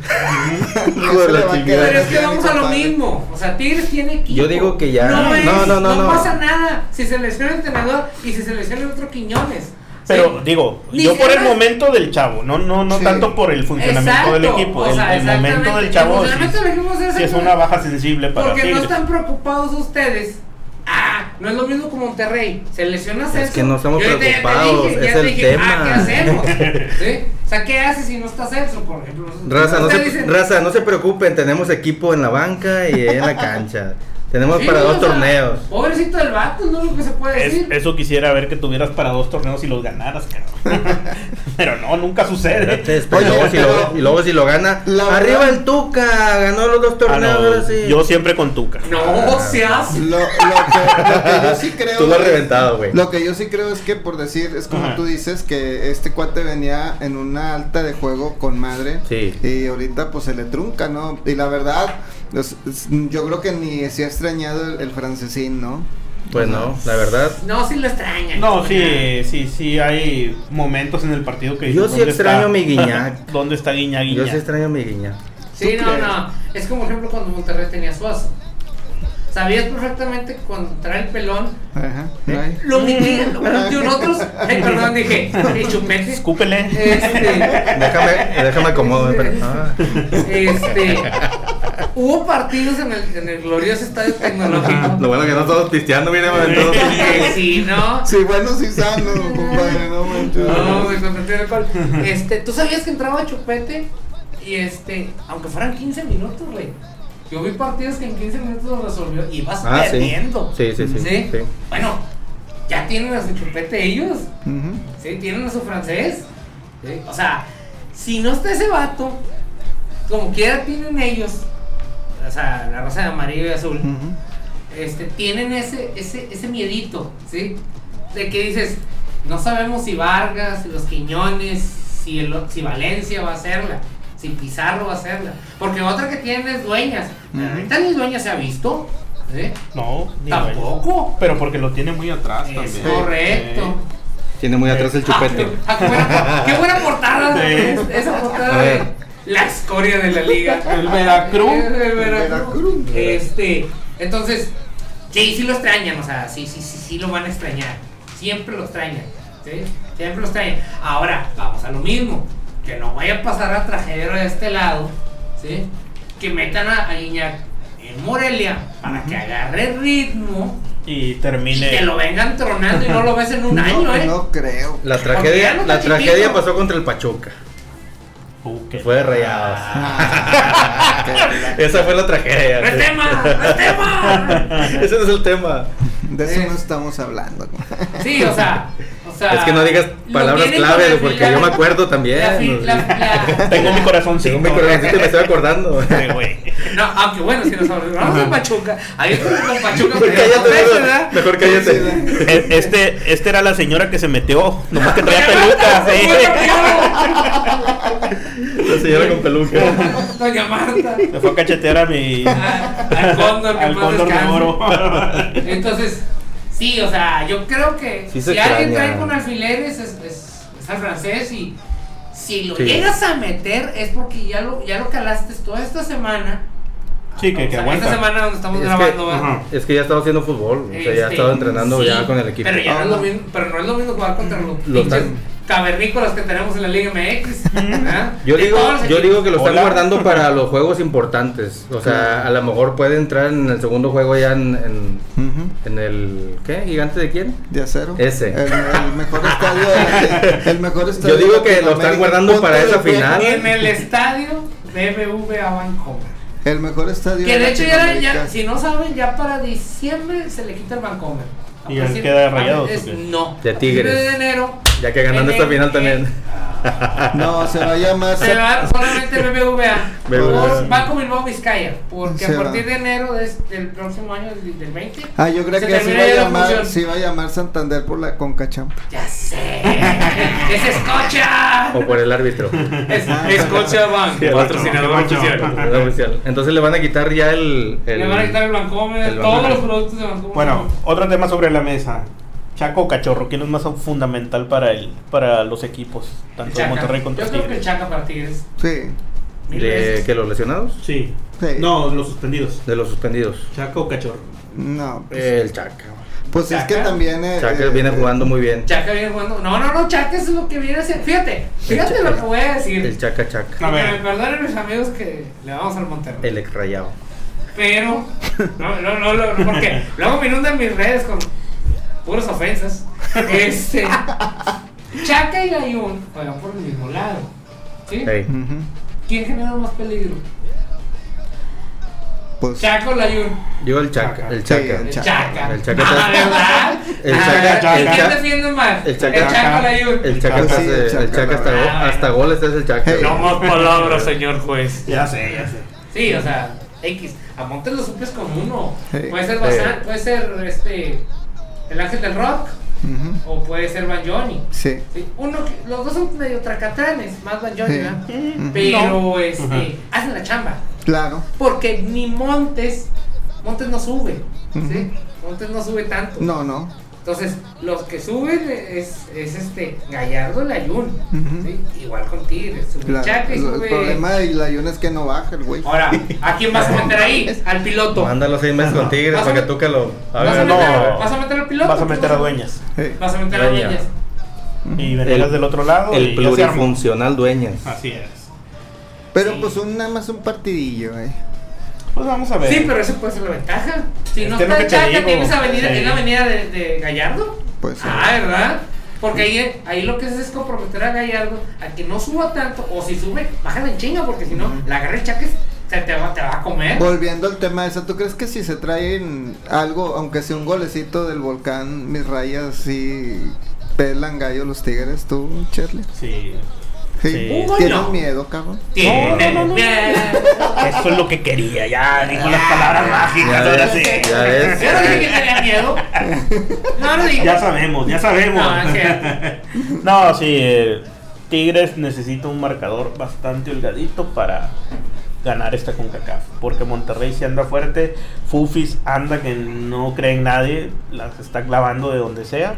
C: No
D: Hijo de
C: se
D: la
C: le va a
D: chingada.
C: quedar
E: Pero es
C: así
E: que
C: a mi
E: vamos a lo
C: compadre.
E: mismo. O sea, Tigres tiene equipo.
D: Yo digo que ya.
E: No, es-
D: No, no, no, no.
E: pasa nada si se lesiona el entrenador y si se lesiona el otro Quiñones.
B: Pero
E: Sí.
B: digo,
E: Ni
B: yo por el
E: siquiera-
B: momento del chavo, no no no
C: Sí.
B: tanto por el funcionamiento del
E: Exacto,
B: equipo,
E: o
B: el-
E: sea,
B: el, momento
E: exactamente.
B: del chavo
E: El
B: sí,
E: funcionamiento del equipo es
B: sí es
E: exacto-
B: una baja sensible para
E: Porque no
B: Tigres.
E: están preocupados ustedes. Ah, no es lo mismo que Monterrey. Se lesiona Celso.
D: que no estamos
E: Yo ahorita ya te
D: preocupados,
E: dije, ya
D: es
E: te
D: el
E: dije, Ah,
D: tema.
E: ¿qué
D: <laughs>
E: hacemos? ¿Sí? O sea, ¿qué haces si no está Celso, por ejemplo?
D: Raza no,
E: Ustedes
D: se,
E: dicen,
D: raza, no se preocupen, tenemos equipo en la banca y en
E: <laughs>
D: la cancha. Tenemos
E: sí,
D: para
E: no,
D: dos
E: o sea,
D: torneos.
E: Pobrecito del vato, no es lo que se puede
B: Es-
E: decir.
B: eso quisiera ver que tuvieras para dos torneos y los ganaras, cabrón. <laughs> Pero no, nunca
D: Espérate,
B: sucede.
D: espera,
C: Oye,
D: y, luego si
C: pero-
D: lo, y luego si lo gana.
C: La
D: Arriba
C: verdad-
D: el Tuca, ganó los dos
B: Ah, no,
D: torneos. ahora sí.
B: Yo siempre con Tuca.
D: Ah.
E: No seas.
C: Lo, lo que, lo que yo sí creo.
D: Tú lo has
C: güey,
D: reventado, güey.
C: Lo que yo sí creo es que, por decir, es como
B: Ajá.
C: tú dices, que este cuate venía en una alta de juego con madre.
D: Sí.
C: Y ahorita, pues se le trunca, ¿no? Y la verdad, los- es- yo creo que ni se ha extrañado el, el francesín, ¿no?
D: Pues no, la verdad.
E: No, si lo extrañan.
B: No, sí, sí, sí, hay momentos en el partido que...
D: Yo
B: dices,
D: sí
B: ¿dónde
D: extraño
B: está?
D: mi Guiñac.
B: <laughs> ¿Dónde está Guiña
D: Yo
B: Guiña?
D: sí extraño a mi guiña.
E: Sí,
C: ¿Tú
E: no,
C: crees?
E: no. Es como por ejemplo cuando Monterrey tenía a Suazo. Sabías perfectamente que cuando trae el pelón,
C: Ajá. no hay.
D: <laughs>
E: lo mitigan, lo mitigan otros. Ay, perdón, dije, el chupete.
B: Escúpele.
E: Este,
D: Déjame, déjame acomodo. espera. Ah.
E: este, hubo partidos en el, en el glorioso estadio tecnológico.
D: Lo bueno que no estamos pisteando, mire, <laughs>
E: Que si no,
C: Sí, bueno, sí, sano, compadre, no manches.
E: no, güey, cuando tiene alcohol. Este, tú sabías que entraba Chupete y este, aunque fueran 15 minutos, güey. Yo vi partidos que en 15 minutos los resolvió y vas
D: Ah, sí.
E: perdiendo.
D: Sí, sí, sí, sí.
E: Bueno, ya tienen a su Chupete ellos.
C: Ujú.
E: Sí, tienen a su francés. ¿sí? O sea, si no está ese vato, como quiera tienen ellos, o sea, la raza de amarillo y azul,
C: Ujú.
E: este, tienen ese, ese, ese miedito, ¿sí? De que dices, no sabemos si Vargas, si los Quiñones, si, el o- si Valencia va a hacerla, si Pizarro va a hacerla. Porque otra que tienen es Dueñas. Pero
C: Ujú.
E: ahorita ni Dueñas se ha visto, ¿sí?
B: No, ni
E: Tampoco.
B: Pero porque lo tiene muy atrás
E: Es
B: también.
E: correcto.
D: Tiene muy atrás el chupete.
E: Ah, qué, buena, qué buena portada,
B: Sí.
E: es- esa
D: A
E: portada
D: ver.
E: de la escoria de la liga.
B: El Veracruz.
E: El Veracruz.
C: Veracruz.
E: Este, entonces, sí, sí lo extrañan, o sea, sí, sí, sí, sí lo van a extrañar. Siempre lo extrañan, ¿sí? Siempre lo extrañan. Ahora, vamos a lo mismo. Que no vaya a pasar a tragedero de este lado, ¿sí? Que metan a, a Guiñac en Morelia para que agarre ritmo
B: Y
E: y
B: termine.
E: que lo vengan tronando y no lo ves en un
C: No,
E: año, ¿eh?
C: no creo.
D: La
E: ya
D: tragedia,
E: no
D: la
E: está chiquito.
D: tragedia pasó contra el Pachuca.
B: Uh,
D: Que
B: que-
D: fue de rayados.
C: Ah,
D: <laughs> Esa fue la tragedia.
E: ¡No es tema! ¡No es tema!
D: <laughs> Ese no es el tema.
C: De eso no estamos hablando. compadre.
E: Sí, o sea, o sea,
D: Es que no digas
E: lo
D: palabras
E: vienen con
D: clave
E: el-
D: porque
E: la-
D: yo me acuerdo también.
E: la fi- la- la-
B: Tengo mi corazoncito.
D: Según mi corazoncito me estoy acordando.
B: Sí, güey.
E: No, aunque bueno, si nos hablamos de Pachuca, ahí estamos con Pachuca,
D: <laughs> Mejor
E: pero
D: cállate,
E: con eso,
D: ¿verdad?
E: ¿verdad?
D: Mejor cállate.
B: E- Este, este era la señora que se metió, nomás que
E: <laughs>
B: traía peluca.
E: Doña
B: sí.
E: Marta,
D: La señora con peluca.
E: Doña Marta.
B: Me fue a cachetear a mi.
E: Ah, Al cóndor, que
B: al
E: en paz
B: cóndor de
E: descanse.
B: oro. <laughs>
E: Entonces, sí, o sea, yo creo que
D: Sí se
E: si alguien
D: extraña.
E: trae con alfileres es, es, es al francés y si lo
D: Sí.
E: llegas a meter es porque ya lo, ya lo calaste toda esta semana.
B: Sí, que,
E: O
B: que
E: sea,
B: aguanta.
E: Esta semana donde estamos
D: Es que-
E: grabando, ¿verdad?
B: Ajá.
D: Es que ya estaba haciendo fútbol. O sea, ya
E: Este,
D: estaba entrenando
E: sí,
D: ya con el equipo.
E: Pero, ya no es
C: Ah.
E: lo mismo, pero no es lo mismo jugar contra los
D: Lo
E: pinches
D: están-
E: cavernícolas que tenemos en la Liga MX.
B: Mm.
E: ¿verdad?
D: Yo
E: De
D: digo,
E: todos los
D: yo
E: equipos.
D: digo que lo están
B: Hola.
D: guardando para los juegos importantes. O sea, a lo mejor puede entrar en el segundo juego ya en, en,
C: Ujú.
D: en el. ¿Qué? ¿Gigante de quién?
C: De acero.
D: Ese.
C: El, el mejor estadio.
D: <laughs>
C: de- el mejor estadio.
D: Yo digo
C: de
D: que lo están
C: Latinoamérica.
D: guardando para
C: Punto
D: esa
C: de juego.
D: final.
E: En el estadio de BBVA Vancouver.
C: El mejor estadio.
E: Que de hecho ya,
C: Latinoamérica.
E: ya- si no saben, ya para diciembre se le quita el Vancomer. A
B: ¿Y ya
E: partir-
B: queda de
E: a-
B: Rayados,
E: es-
B: o qué?
E: No.
D: De
E: A partir
D: Tigres.
E: de enero.
D: Ya que
E: en
D: ganando esta
E: el-
D: final también.
C: No, se va a llamar.
E: Se va solamente BBVA.
D: BBVA.
E: O Banco Bilbao Vizcaya. Porque
C: Se
E: a
C: va.
E: partir de enero des- del próximo año, del, del 20.
C: Ah, yo creo
E: se
C: que sí
E: termina
C: va, a
E: ya la
C: llamar,
E: función.
C: sí va a llamar Santander por la Concachampa.
E: Ya sé. <laughs> ¡Es Escocha!
D: O por
C: <laughs>
D: el árbitro.
E: Es, Escocha Bank.
B: Sí,
E: patrocinador
B: Escocha Bank.
E: oficial.
D: El oficial. Entonces le van a quitar ya el. el-
E: Le van a quitar el Bancomer,
D: el
E: todos
D: Bancomer.
E: los productos de Bancomer.
B: Bueno, otro tema sobre la mesa. Chaco o Cachorro, ¿quién es más fundamental para el, para los equipos? Tanto de
E: Chaca.
B: Monterrey contra
E: Yo creo que el
B: Tigres.
E: Chaca para Tigres.
C: Sí,
E: Mil
D: ¿De
E: veces.
D: que los lesionados?
B: Sí.
C: sí.
B: No, los suspendidos.
D: De los suspendidos.
B: Chaco o Cachorro.
C: No.
D: El Chaca.
C: Pues es que
E: Chaca.
C: también. eh,
D: Chaca
C: eh,
D: viene
C: eh,
D: jugando muy bien.
E: Chaca viene jugando. No, no, no, Chaca es lo que viene a ser. Fíjate, fíjate
D: El Chaca-
E: lo que voy a decir.
D: El Chaca Chaca.
E: Que
B: A ver.
E: me perdonen mis amigos que le vamos al Monterrey.
D: El ex rayado.
E: Pero, no, no, no, no, no, porque luego me inundan mis redes con puras ofensas. Este, Chaca y Layun juegan por el mismo lado. ¿sí?
D: Ey.
C: ujú.
E: ¿Quién genera más peligro?
C: Pues.
E: Chaca o Layun.
D: Yo el Chaca. El Chaca.
E: El
C: Sí,
E: Chaca.
D: El Chaca
E: Ah,
D: está-
E: ¿verdad?
D: El
E: Ah,
D: Chaca-
E: ¿verdad?
B: el
E: ¿Y quién
D: Chaca-
E: defiende más?
D: el Chaca-
E: El Chaca o Layun.
D: El Chaca,
C: Pues
D: está,
C: sí, el
D: el
C: Chaca,
D: Chaca hasta,
C: la
D: go-
E: verdad.
D: hasta goles es el Chaca.
C: Hey. No
E: más palabras, señor juez.
B: Ya sé, ya sé.
E: Sí, o sea, X. A Montes lo suples con uno.
C: Sí.
E: Puede ser
D: Sí.
E: Bazán, puede ser este. El Ángel del Rock.
C: ujú,
E: O puede ser Banjoni.
C: Sí.
E: Sí, uno que- los dos son medio tracatanes, más Banjoni,
C: Sí.
E: ¿verdad?
C: Mm,
E: Pero
B: no.
E: este,
B: Ajá.
E: hacen la chamba.
C: Claro.
E: Porque ni Montes, Montes no sube. ¿sí?
C: Ujú.
E: Montes no sube tanto.
C: No, no.
E: Entonces, los que suben es, es este Gallardo el Ayun.
C: Ujú.
E: ¿sí? Igual con Tigres. Sube
C: Claro.
E: Chaca Ah, y
C: El, el
E: sube.
C: problema de la Yuna es que no baja el güey.
E: Ahora, ¿a quién vas a meter
C: <laughs>
E: ahí? Al piloto.
D: Mándalo seis meses con Tigres
E: Vas a
D: para que
E: met-
D: tú que lo. A
E: ¿Vas, a
D: ver,
B: no.
E: meter, vas a meter al piloto?
B: Vas a meter a dueñas.
C: Hey.
E: Vas a meter a
D: Dueña.
E: Dueñas.
B: Y venías
D: El-
B: del otro lado. y
D: El
B: ya se armó.
D: plurifuncional dueñas.
E: Ah.
B: Así es.
C: Pero
E: Sí.
C: pues un, nada más un partidillo, eh.
B: Pues vamos a ver.
E: Sí, pero eso puede ser la ventaja. Si
B: Es
E: no
B: que es lo
E: está
B: que te
E: Chaca,
B: digo.
E: tienes avenida,
B: Sí.
E: en la avenida de, de Gallardo.
C: Pues, sí.
E: Ah, ¿verdad? Porque ahí, ahí lo que es es comprometer a Gallardo a que no suba tanto, o si sube, bájale en chinga, porque si no, la agarra el Chaca se te va, te va a comer.
C: Volviendo al tema de esa, ¿tú crees que si se traen algo, aunque sea un golecito del volcán, mis rayas sí pelan gallo los tigres, tú, Charlie?
B: Sí.
C: Sí.
B: Sí.
E: Un gol
C: ¿Tienes
E: no.
C: miedo, cabrón?
E: Tiene
B: No, no, no, no.
E: miedo.
B: Eso es lo que quería, ya dijo las palabras mágicas,
D: Ya
B: ahora
D: ves,
B: sí.
D: ya ves.
E: Yo no dije que tenía miedo. No, no dije.
B: Ya sabemos, ya sabemos.
E: No, es cierto.
B: No, sí, eh, Tigres necesita un marcador bastante holgadito para ganar esta CONCACAF, porque Monterrey se anda fuerte, Fufis anda que no cree en nadie, las está clavando de donde sea,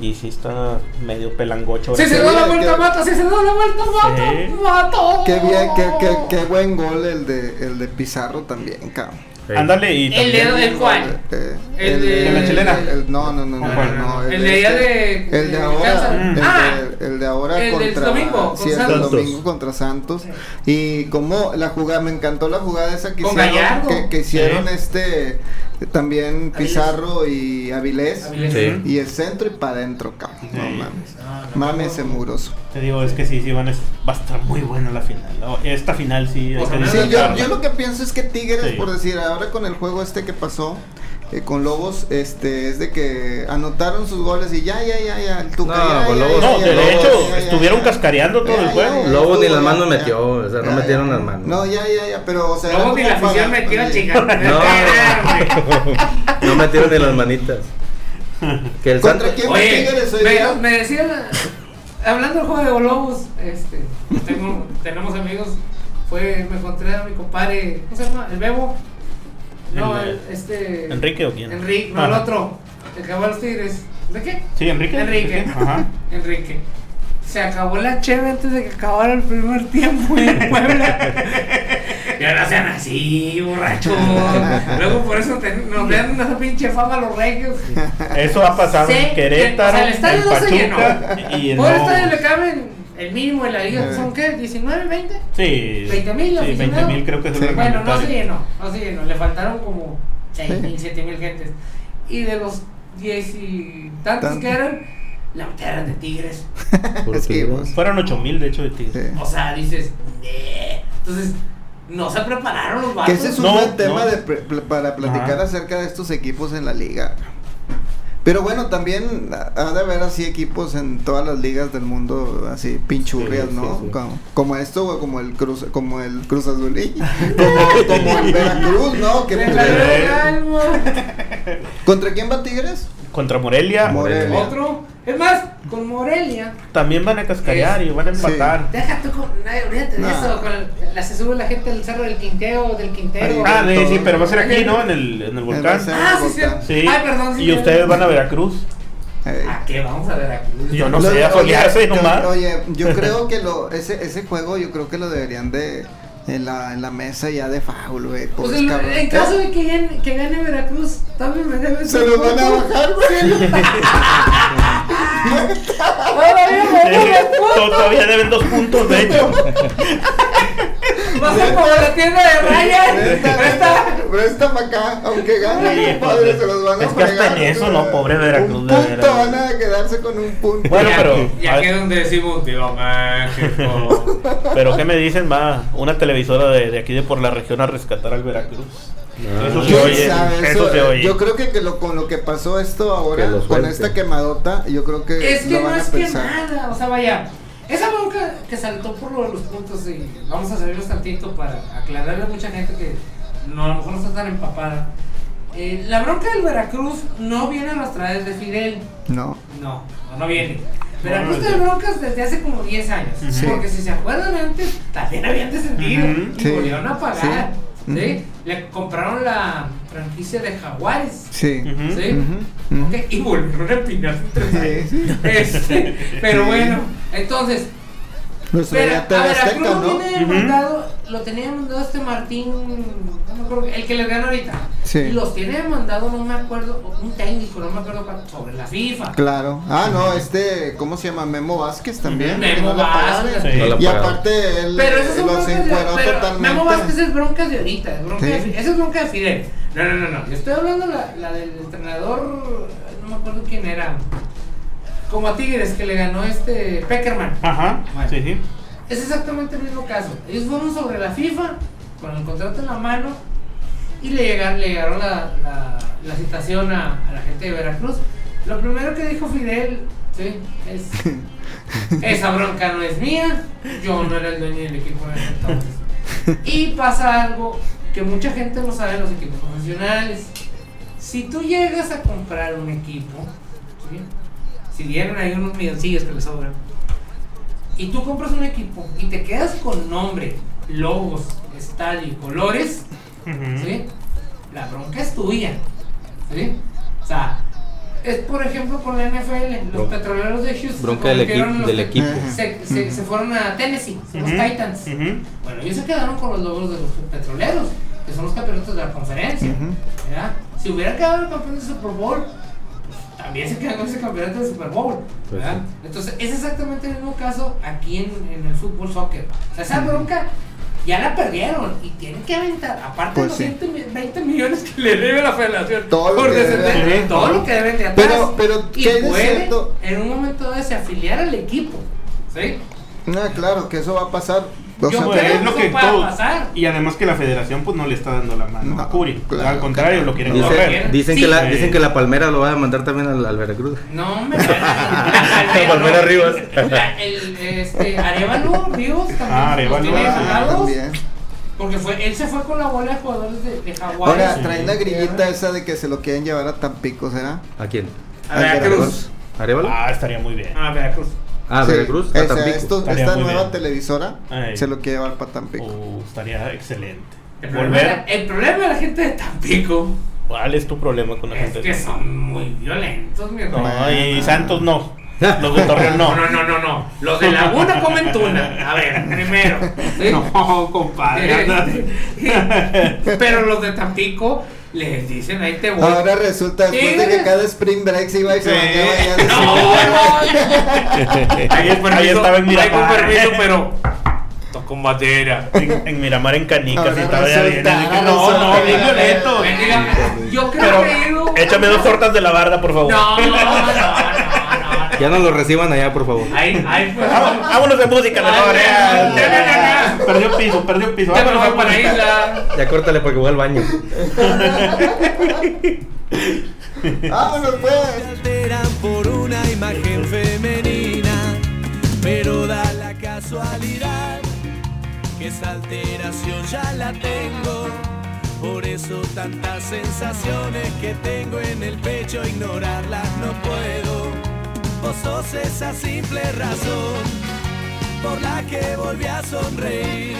B: y sí está medio pelangocho.
E: Si se
C: Sí,
E: da la
C: que-
E: vuelta, mato. Si se da la vuelta, mato.
B: Sí.
E: Mato.
C: Qué bien, qué, qué, qué buen gol el de, el de Pizarro también, cabrón.
D: Ey.
B: Ándale y
E: El
B: también-
E: dedo del Juan.
C: Eh,
E: El de-
B: ¿De la chilena?
C: el- no, no, no, no,
B: Ojo,
C: no, no,
E: el de ella de-
C: el de
E: de
C: ahora,
E: Alcanza.
C: el,
E: Ah,
C: de, el de ahora
E: el del
C: contra
E: domingo, con
C: sí, el del
E: Santos.
C: domingo contra Santos y como la jugada me encantó la jugada esa que
E: Con
C: hicieron
E: Gallardo.
C: que, que hicieron
B: Sí.
C: este también Pizarro y Avilés
E: Avilés.
D: Sí.
C: y el centro y para adentro, cabrón. No
B: Sí.
C: mames.
E: No, no,
C: Mames
E: no.
C: ese muroso.
B: Te digo, es que sí, sí van a, va a estar muy buena la final. ¿no? Esta final sí. hay
E: Pues
B: que
E: a mí-
C: Sí, yo,
B: disfrutarla.
C: yo lo que pienso es que Tigres,
B: Sí.
C: por decir, ahora con el juego este que pasó eh, con Lobos, este, es de que anotaron sus goles y ya, ya, ya, ya, el Tuca,
D: No,
C: ya,
D: con
C: ya,
D: Lobos-
C: ya,
B: No,
C: ya,
B: de
C: ya,
B: hecho,
C: ya, ya,
B: estuvieron
C: ya.
B: cascareando todo el
C: Ya,
B: juego.
C: ya, ya,
D: Lobo ni
C: ya,
D: las
C: ya,
D: manos
C: ya.
D: metió, o sea, no metieron las manos.
C: No, ya, ya, ya, pero, o sea... era
E: Luego ni la
C: como
E: afición
C: para-
E: me quiero
D: No.
E: chingar.
D: <laughs> No metieron ni las manitas. Que el
C: ¿Contra
D: Santos-
C: quién fue
E: Oye,
C: Tigres hoy día?
E: me, me decían, hablando del juego de Globos, este, tengo- tenemos amigos, fue, me encontré a mi compadre, ¿cómo se llama? El Bebo. No,
B: El,
E: el- este.
B: ¿Enrique o quién?
E: Enrique, no, el
B: Ajá.
E: otro. El que va a los Tigres. ¿De qué?
B: Sí, Enrique.
E: Enrique.
B: Ajá.
E: Enrique. Se acabó la cheve antes de que acabara el primer tiempo en Puebla. Y ahora sean así, borrachos. Luego por eso te- nos dan una pinche fama los regios.
B: Eso ha pasado
E: Sí,
B: en Querétaro,
E: o sea, el estadio
B: en
E: no se
B: Pachuca y en
E: Por el
B: Lobos.
E: estadio le caben el mínimo en la liga.
C: Eh.
E: ¿Son qué? ¿19, 20?
B: Sí,
E: 20,000
B: sí,
E: aficionados.
B: 20,000 creo que es
C: Sí.
B: el
E: Bueno, no se
B: reglamentario.
E: llenó, no se llenó. Le faltaron como 6 mil,
C: Sí.
E: 7 mil gentes. Y de los 10 y tantos
C: Tanto.
E: que eran, la mitad eran de tigres.
D: Puro
C: Es que pues,
D: Tigres.
C: vos-
B: Fueron 8000 de hecho de ti.
C: Sí.
E: O sea, dices, "Nee". entonces, no se prepararon los
C: Que
E: vatos.
C: ese es un
B: No,
C: buen tema
B: no.
C: de pre- pl- para platicar
B: Ajá.
C: acerca de estos equipos en la liga. Pero bueno, también ha de haber así equipos en todas las ligas del mundo, así pinchurrias,
D: Sí, sí,
C: ¿no?
D: sí.
C: Como, como esto, güey, como el Cruz, como el
B: <laughs>
C: Cruz Azul, <laughs> y como, como el Veracruz, ¿no? Que- pues,
E: De la
B: Sí.
E: verga, algo.
C: ¿Contra quién va Tigres?
B: Contra Morelia.
C: Morelia.
E: Otro. Es más, con Morelia.
B: También van a cascarear y van a
C: Sí.
B: empatar.
E: Deja tú con. No, olvídate
C: No.
E: de eso. Con el- la, se sube la gente del cerro del Quinteo, del Quintero.
B: Ah, de, sí,
C: Todo.
B: pero va a ser aquí, ¿no? En el, en el volcán.
C: Veracruz.
E: Ah, sí, sí.
B: Sí.
E: Ay, perdón. sí,
B: y
E: perdón.
B: ustedes van a Veracruz.
C: Ey.
E: ¿A qué vamos a Veracruz?
B: Yo no
C: Eh, Lo-
B: sé, a solearse
C: yo-
B: nomás.
C: Oye,
B: <laughs>
C: yo creo que lo, ese, ese juego yo creo que lo deberían de en la, en la mesa ya de foul, güey.
E: Pues
C: pobres
E: en,
C: cabrones.
E: en caso de que gane, que gane Veracruz, también me deben
C: Se los van a
E: <laughs>
C: bajar, güey. Eh,
B: To- Todavía deben dos puntos, de hecho.
E: Vas a como la tienda de
C: Eh,
E: Ryan.
G: <laughs>
C: Presta, presta para acá, aunque
B: Sí,
C: gane,
B: padre.
C: padre, se los van a
B: Es que hasta
C: fregar,
B: en eso,
C: güey.
B: ¿no? Pobre Veracruz,
C: Un
B: de
C: punto,
B: veras.
C: van a quedarse con un punto.
B: Bueno,
A: Ya-
B: pero-
A: Ya que es donde decimos, viva
B: <laughs>
A: México.
B: Pero ¿qué me dicen? Va una televisora de, de aquí de por la región a rescatar al Veracruz. Eso se
C: ¿Quién
B: pues, oye.
C: Ah. sabe?
B: Eso se
C: eh,
B: oye.
C: Yo creo que, que lo, con lo que pasó esto ahora,
G: Que lo
C: con
G: suelte.
C: esta quemadota, yo creo que
E: Es que
C: lo van
E: no
C: a
E: es que
C: pensar.
E: nada, o sea, vaya. Esa bronca que saltó por lo de los puntos y vamos a salirnos tantito para aclararle a mucha gente que no, a lo mejor no está tan empapada. Eh, la bronca del Veracruz no viene a las traves de Fidel.
C: No.
E: No, no, no viene.
B: No,
E: Veracruz
B: no
E: tiene
B: viene.
E: broncas desde hace como 10 años.
C: Sí.
E: Porque si se acuerdan antes, también habían descendido
B: Ujú.
E: y
C: Sí.
E: volvieron a pagar.
C: Sí.
E: ¿sí? Le compraron la franquicia de Jaguares.
C: Sí.
B: Ujú.
E: ¿sí?
C: Ujú, ujú.
E: Ok, Y volvieron a empinar tres años.
C: Sí.
E: Este, pero
C: Sí.
E: bueno, entonces,
C: Los
E: pero,
C: veía
E: a
C: TV
E: Veracruz
C: Azteca,
E: lo
C: ¿no?
E: tiene
B: Ujú.
E: demandado, lo tenía demandado este Martín, no me acuerdo, el que le gana ahorita.
C: Sí.
E: Los tiene demandado, no me acuerdo, un técnico, no me acuerdo cuál, sobre la FIFA.
C: Claro. Ah, no, este, ¿cómo se llama? Memo Vázquez también.
E: Memo
C: que no la pagaron.
E: Vázquez.
B: Sí.
G: No la
C: Y
G: pagaron.
C: aparte él
E: Pero eso es
C: lo
E: broncas
C: se
E: de,
C: encueró
E: pero
C: totalmente.
E: Memo Vázquez es broncas de ahorita, es bronca de
C: Sí.
E: Fi- esa es bronca de Fidel. No, no, no, no. Yo estoy hablando la, la del entrenador, no me acuerdo quién era. Como a Tigres que le ganó este Peckerman.
B: Ajá.
E: Bueno.
B: Sí, sí.
E: Es exactamente el mismo caso. Ellos fueron sobre la FIFA con el contrato en la mano y le llegaron, le llegaron la, la- la citación a, a la gente de Veracruz. Lo primero que dijo Fidel, sí, es esa bronca no es mía, yo no era el dueño del equipo en ese entonces. Y pasa algo que mucha gente no sabe en los equipos profesionales. Si tú llegas a comprar un equipo, ¿sí? si dieron ahí unos milloncillos que les sobran, y tú compras un equipo y te quedas con nombre, logos, estadio y colores,
B: Ujú.
E: ¿sí? La bronca es tuya, ¿sí? O sea, es por ejemplo con la NFL, los
G: Bron-
E: petroleros de Houston.
G: Bronca del,
E: convirtieron en
G: equi-
E: los
G: del
E: te-
C: <laughs>
G: equipo.
C: Ajá.
E: Se, se- se fueron a Tennessee, son los
B: Ujú.
E: Titans.
B: Ujú.
E: Bueno, ellos se quedaron con los logos de los petroleros, que son los campeonatos de la conferencia.
C: Ujú.
E: ¿verdad? Si hubieran quedado el campeón del Super Bowl, pues, también se quedan con ese campeonato del Super Bowl.
G: Pues
E: ¿verdad? Entonces, es exactamente el mismo caso aquí en, en el fútbol soccer. O sea, esa bronca ya la perdieron y tienen que aventar, aparte
C: Pues
E: de
C: sí.
E: los 120 millones que le debe la federación,
C: Todo lo
E: por
C: que debe.
E: descender,
B: Ajá.
E: todo lo que deben de atrás.
C: Pero- pero,
E: y
C: ¿qué hay de
E: pueden,
C: cierto?
E: en un momento dado desafiliar al equipo. ¿Sí?
C: No, claro, que eso va a pasar.
E: Yo
C: O sea,
E: creo
B: Pues, es lo
E: que
B: que
E: pueda
B: todo-
E: pasar.
B: Y además que la federación pues no le está dando la mano a
C: No,
B: Curi.
C: claro.
B: Al contrario, lo quieren
E: Dice-
B: correr.
D: Dicen,
E: Sí.
D: que la,
B: Sí.
D: dicen que la palmera lo va a mandar también al, al Veracruz.
E: No, me parece.
D: Palmera Rivas.
E: El, este, Arevalo Rivas también.
B: Ah, Arévalo,
E: los tiene
B: ah,
E: jalados,
C: también.
E: Porque fue, él se fue con la bola de jugadores de, de Hawái.
C: Ahora
B: Sí.
C: traen la grillita esa de que se lo quieren llevar a Tampico, ¿será?
D: ¿A quién?
E: A
C: Al
E: Veracruz.
D: ¿Arevalo?
B: Ah, estaría muy bien.
E: A Veracruz.
D: Ah,
C: Sí,
D: Veracruz.
C: o
D: A
C: sea,
D: Tampico.
C: esto-
B: Estaría
C: esta
B: muy
C: nueva
B: bien.
C: televisora
B: Ey.
C: se lo quiere llevar para Tampico.
B: Uh, estaría excelente.
E: El problema,
B: Volver.
E: el problema de la gente de Tampico
B: ¿Cuál es tu problema con la
E: es
B: gente?
E: que son muy violentos, mi hermano.
B: No, y Santos
C: <laughs>
B: no. Los de Torreón no.
E: No, no, no, no, no. Los de Laguna comen tuna. A ver, <laughs> primero. ¿sí?
B: No, compadre. ándate.
E: eh, Pero los de Tampico les dicen ahí te voy.
C: Ahora resulta después de que
E: Tigres.
C: cada spring break se iba y se
B: Sí.
C: bañaba ya de-
E: No, no.
B: Ahí,
A: Ahí,
B: ahí estaba en
A: Con
B: Miramar. <laughs>
A: permiso,
E: pues.
A: pero. Tocó madera.
B: En, en Miramar, en Canicas,
C: Ahora
B: y estaba ya bien.
C: resulta, ahora
B: No, no,
C: resulta.
B: bien violento.
E: Ven, dígame, Yo creo
B: Pero
E: que he ido-
B: échame dos tortas de la barda, por favor.
E: No, no, no, no, no.
D: Ya no lo reciban allá, por favor.
E: Ahí, ahí fue.
B: Vámonos Ah, vámonos de música,
E: Ay,
B: mejor.
E: ay,
B: eh.
E: ay.
B: Perdió piso, perdió piso.
E: Ya me lo
B: Vámonos,
E: voy para
B: vámonos.
E: isla.
D: Ya córtale porque voy al baño.
C: Vámonos pues.
H: alteran por una imagen femenina, pero da la casualidad que esa alteración ya la tengo. Por eso tantas sensaciones que tengo en el pecho, ignorarlas no puedo. Vos sos esa simple razón por la que volví a sonreír,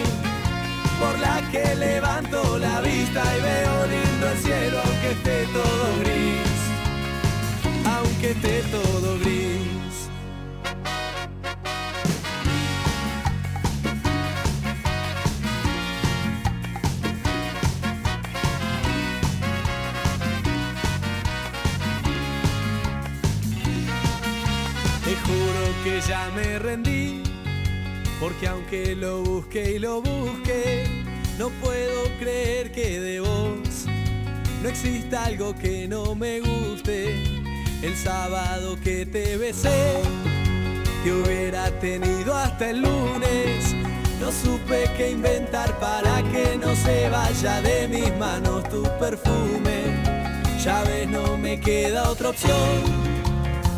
H: por la que levanto la vista y veo lindo el cielo aunque esté todo gris aunque esté todo que ya me rendí, porque aunque lo busque y lo busque, no puedo creer que de vos no exista algo que no me guste. El sábado que te besé, te hubiera tenido hasta el lunes. No supe qué inventar para que no se vaya de mis manos tu perfume. Ya ves, no me queda otra opción.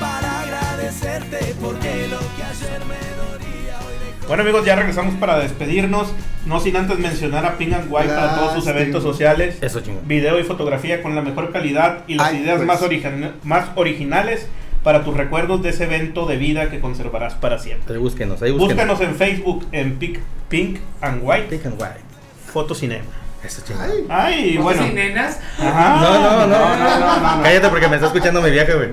H: para agradecerte porque lo que ayer me dolía hoy dejó.
B: Bueno amigos, ya regresamos para despedirnos. No sin antes mencionar a Ping and White para todos sus
C: Lástima.
B: eventos sociales.
D: Eso chingón.
B: Video y fotografía con la mejor calidad y las
C: Ay,
B: ideas
C: pues.
B: más, origina- más originales para tus recuerdos de ese evento de vida que conservarás para siempre.
D: Ahí búsquenos, ahí búsquenos.
B: Búscanos en Facebook en Pink, Pink and White
D: Pink and white.
B: Fotocinema.
D: Eso chingón.
C: Ay,
B: Ay,
E: Fotos
B: bueno.
E: y nenas.
B: Ajá.
D: No, no, no,
B: no, no, no, no.
D: Cállate porque me está escuchando mi viaje, güey.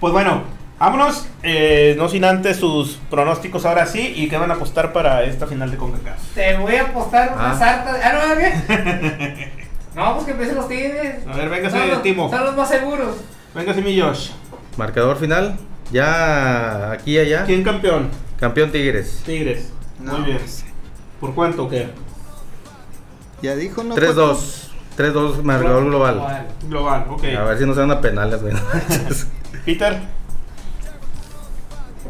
B: Pues bueno, vámonos. eh, no sin antes sus pronósticos ahora sí y qué van a apostar para esta final de CONCACAF.
E: Te voy a apostar una
D: Ah.
E: sarta. de- Ah, no, ¿qué? <laughs> No, pues que empiecen los tigres.
B: A ver, véngase,
E: Son los-
B: Ah, Timo.
E: Son los más seguros.
B: Véngase mi Josh.
D: Marcador final. Ya aquí y allá.
B: ¿Quién campeón?
D: Campeón Tigres.
B: Tigres.
C: No.
B: Muy bien. ¿Por cuánto o qué?
C: ya dijo, ¿no?
D: 3-2. 3-2 marcador global.
E: Igual.
B: Global, ok.
D: A ver si no se van a penales,
C: <laughs>
D: güey.
B: Peter.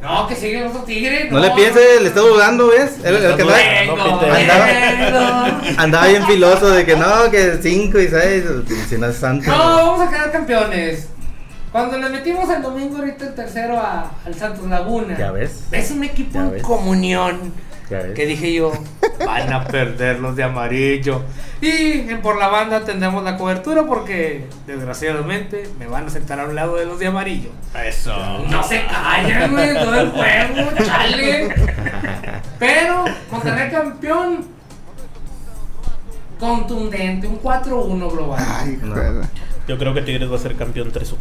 E: No, que sigue el otro tigre.
D: No le pienses, le está dudando, ¿ves? El, el que andaba,
E: Vengo,
B: No, Peter.
D: <laughs>
E: vengo.
D: andaba bien filoso de que no, que 5 y 6. Si no es santo.
E: No, vamos a quedar campeones. Cuando le metimos el domingo ahorita el tercero a- al Santos Laguna.
D: Ya ves.
E: Es un equipo
D: Ya
E: en
D: ves.
E: comunión.
D: Ya ves.
E: Que dije yo, van a perder los de amarillo. Y en por la banda tendremos la cobertura porque, desgraciadamente, me van a sentar a un lado de los de amarillo.
B: Eso.
E: No se callan, güey, todo el juego, chale. Pero, Monterrey campeón contundente, un 4-1 global.
C: Ay,
D: No.
C: joder.
B: Yo creo que Tigres va a ser campeón <laughs> 3-1.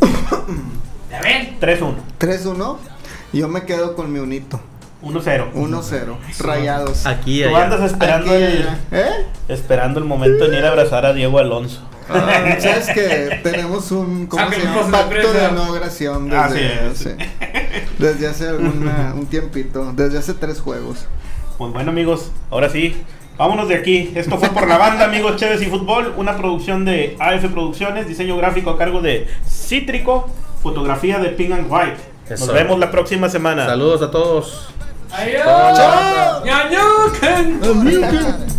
E: Ya ven,
B: 3-1.
C: 3-1. Yo me quedo con mi unito.
B: 1-0.
C: 1-0. Rayados.
D: <laughs> Aquí y
B: Tú
D: allá.
B: andas esperando
C: Aquí,
B: el,
C: ¿Eh?
B: esperando el momento en ir a abrazar a Diego Alonso.
C: Ah, <laughs> Sabes que tenemos un ¿cómo
E: Saca
C: se
E: el
C: llama?
E: coso de
C: pacto de
E: prensa.
C: no agresión
B: Así
C: desde,
B: es.
C: Ah, sí. <laughs> desde hace alguna, un tiempito, desde hace tres juegos.
B: Pues bueno, amigos, ahora sí, vámonos de aquí. Esto fue por la banda, amigos Chévez y Fútbol, una producción de AF Producciones, diseño gráfico a cargo de Cítrico, fotografía de Pink and White. Nos
D: Eso.
B: vemos la próxima semana.
D: Saludos a todos.
E: Adiós. Ñañuquen.
C: Hasta la-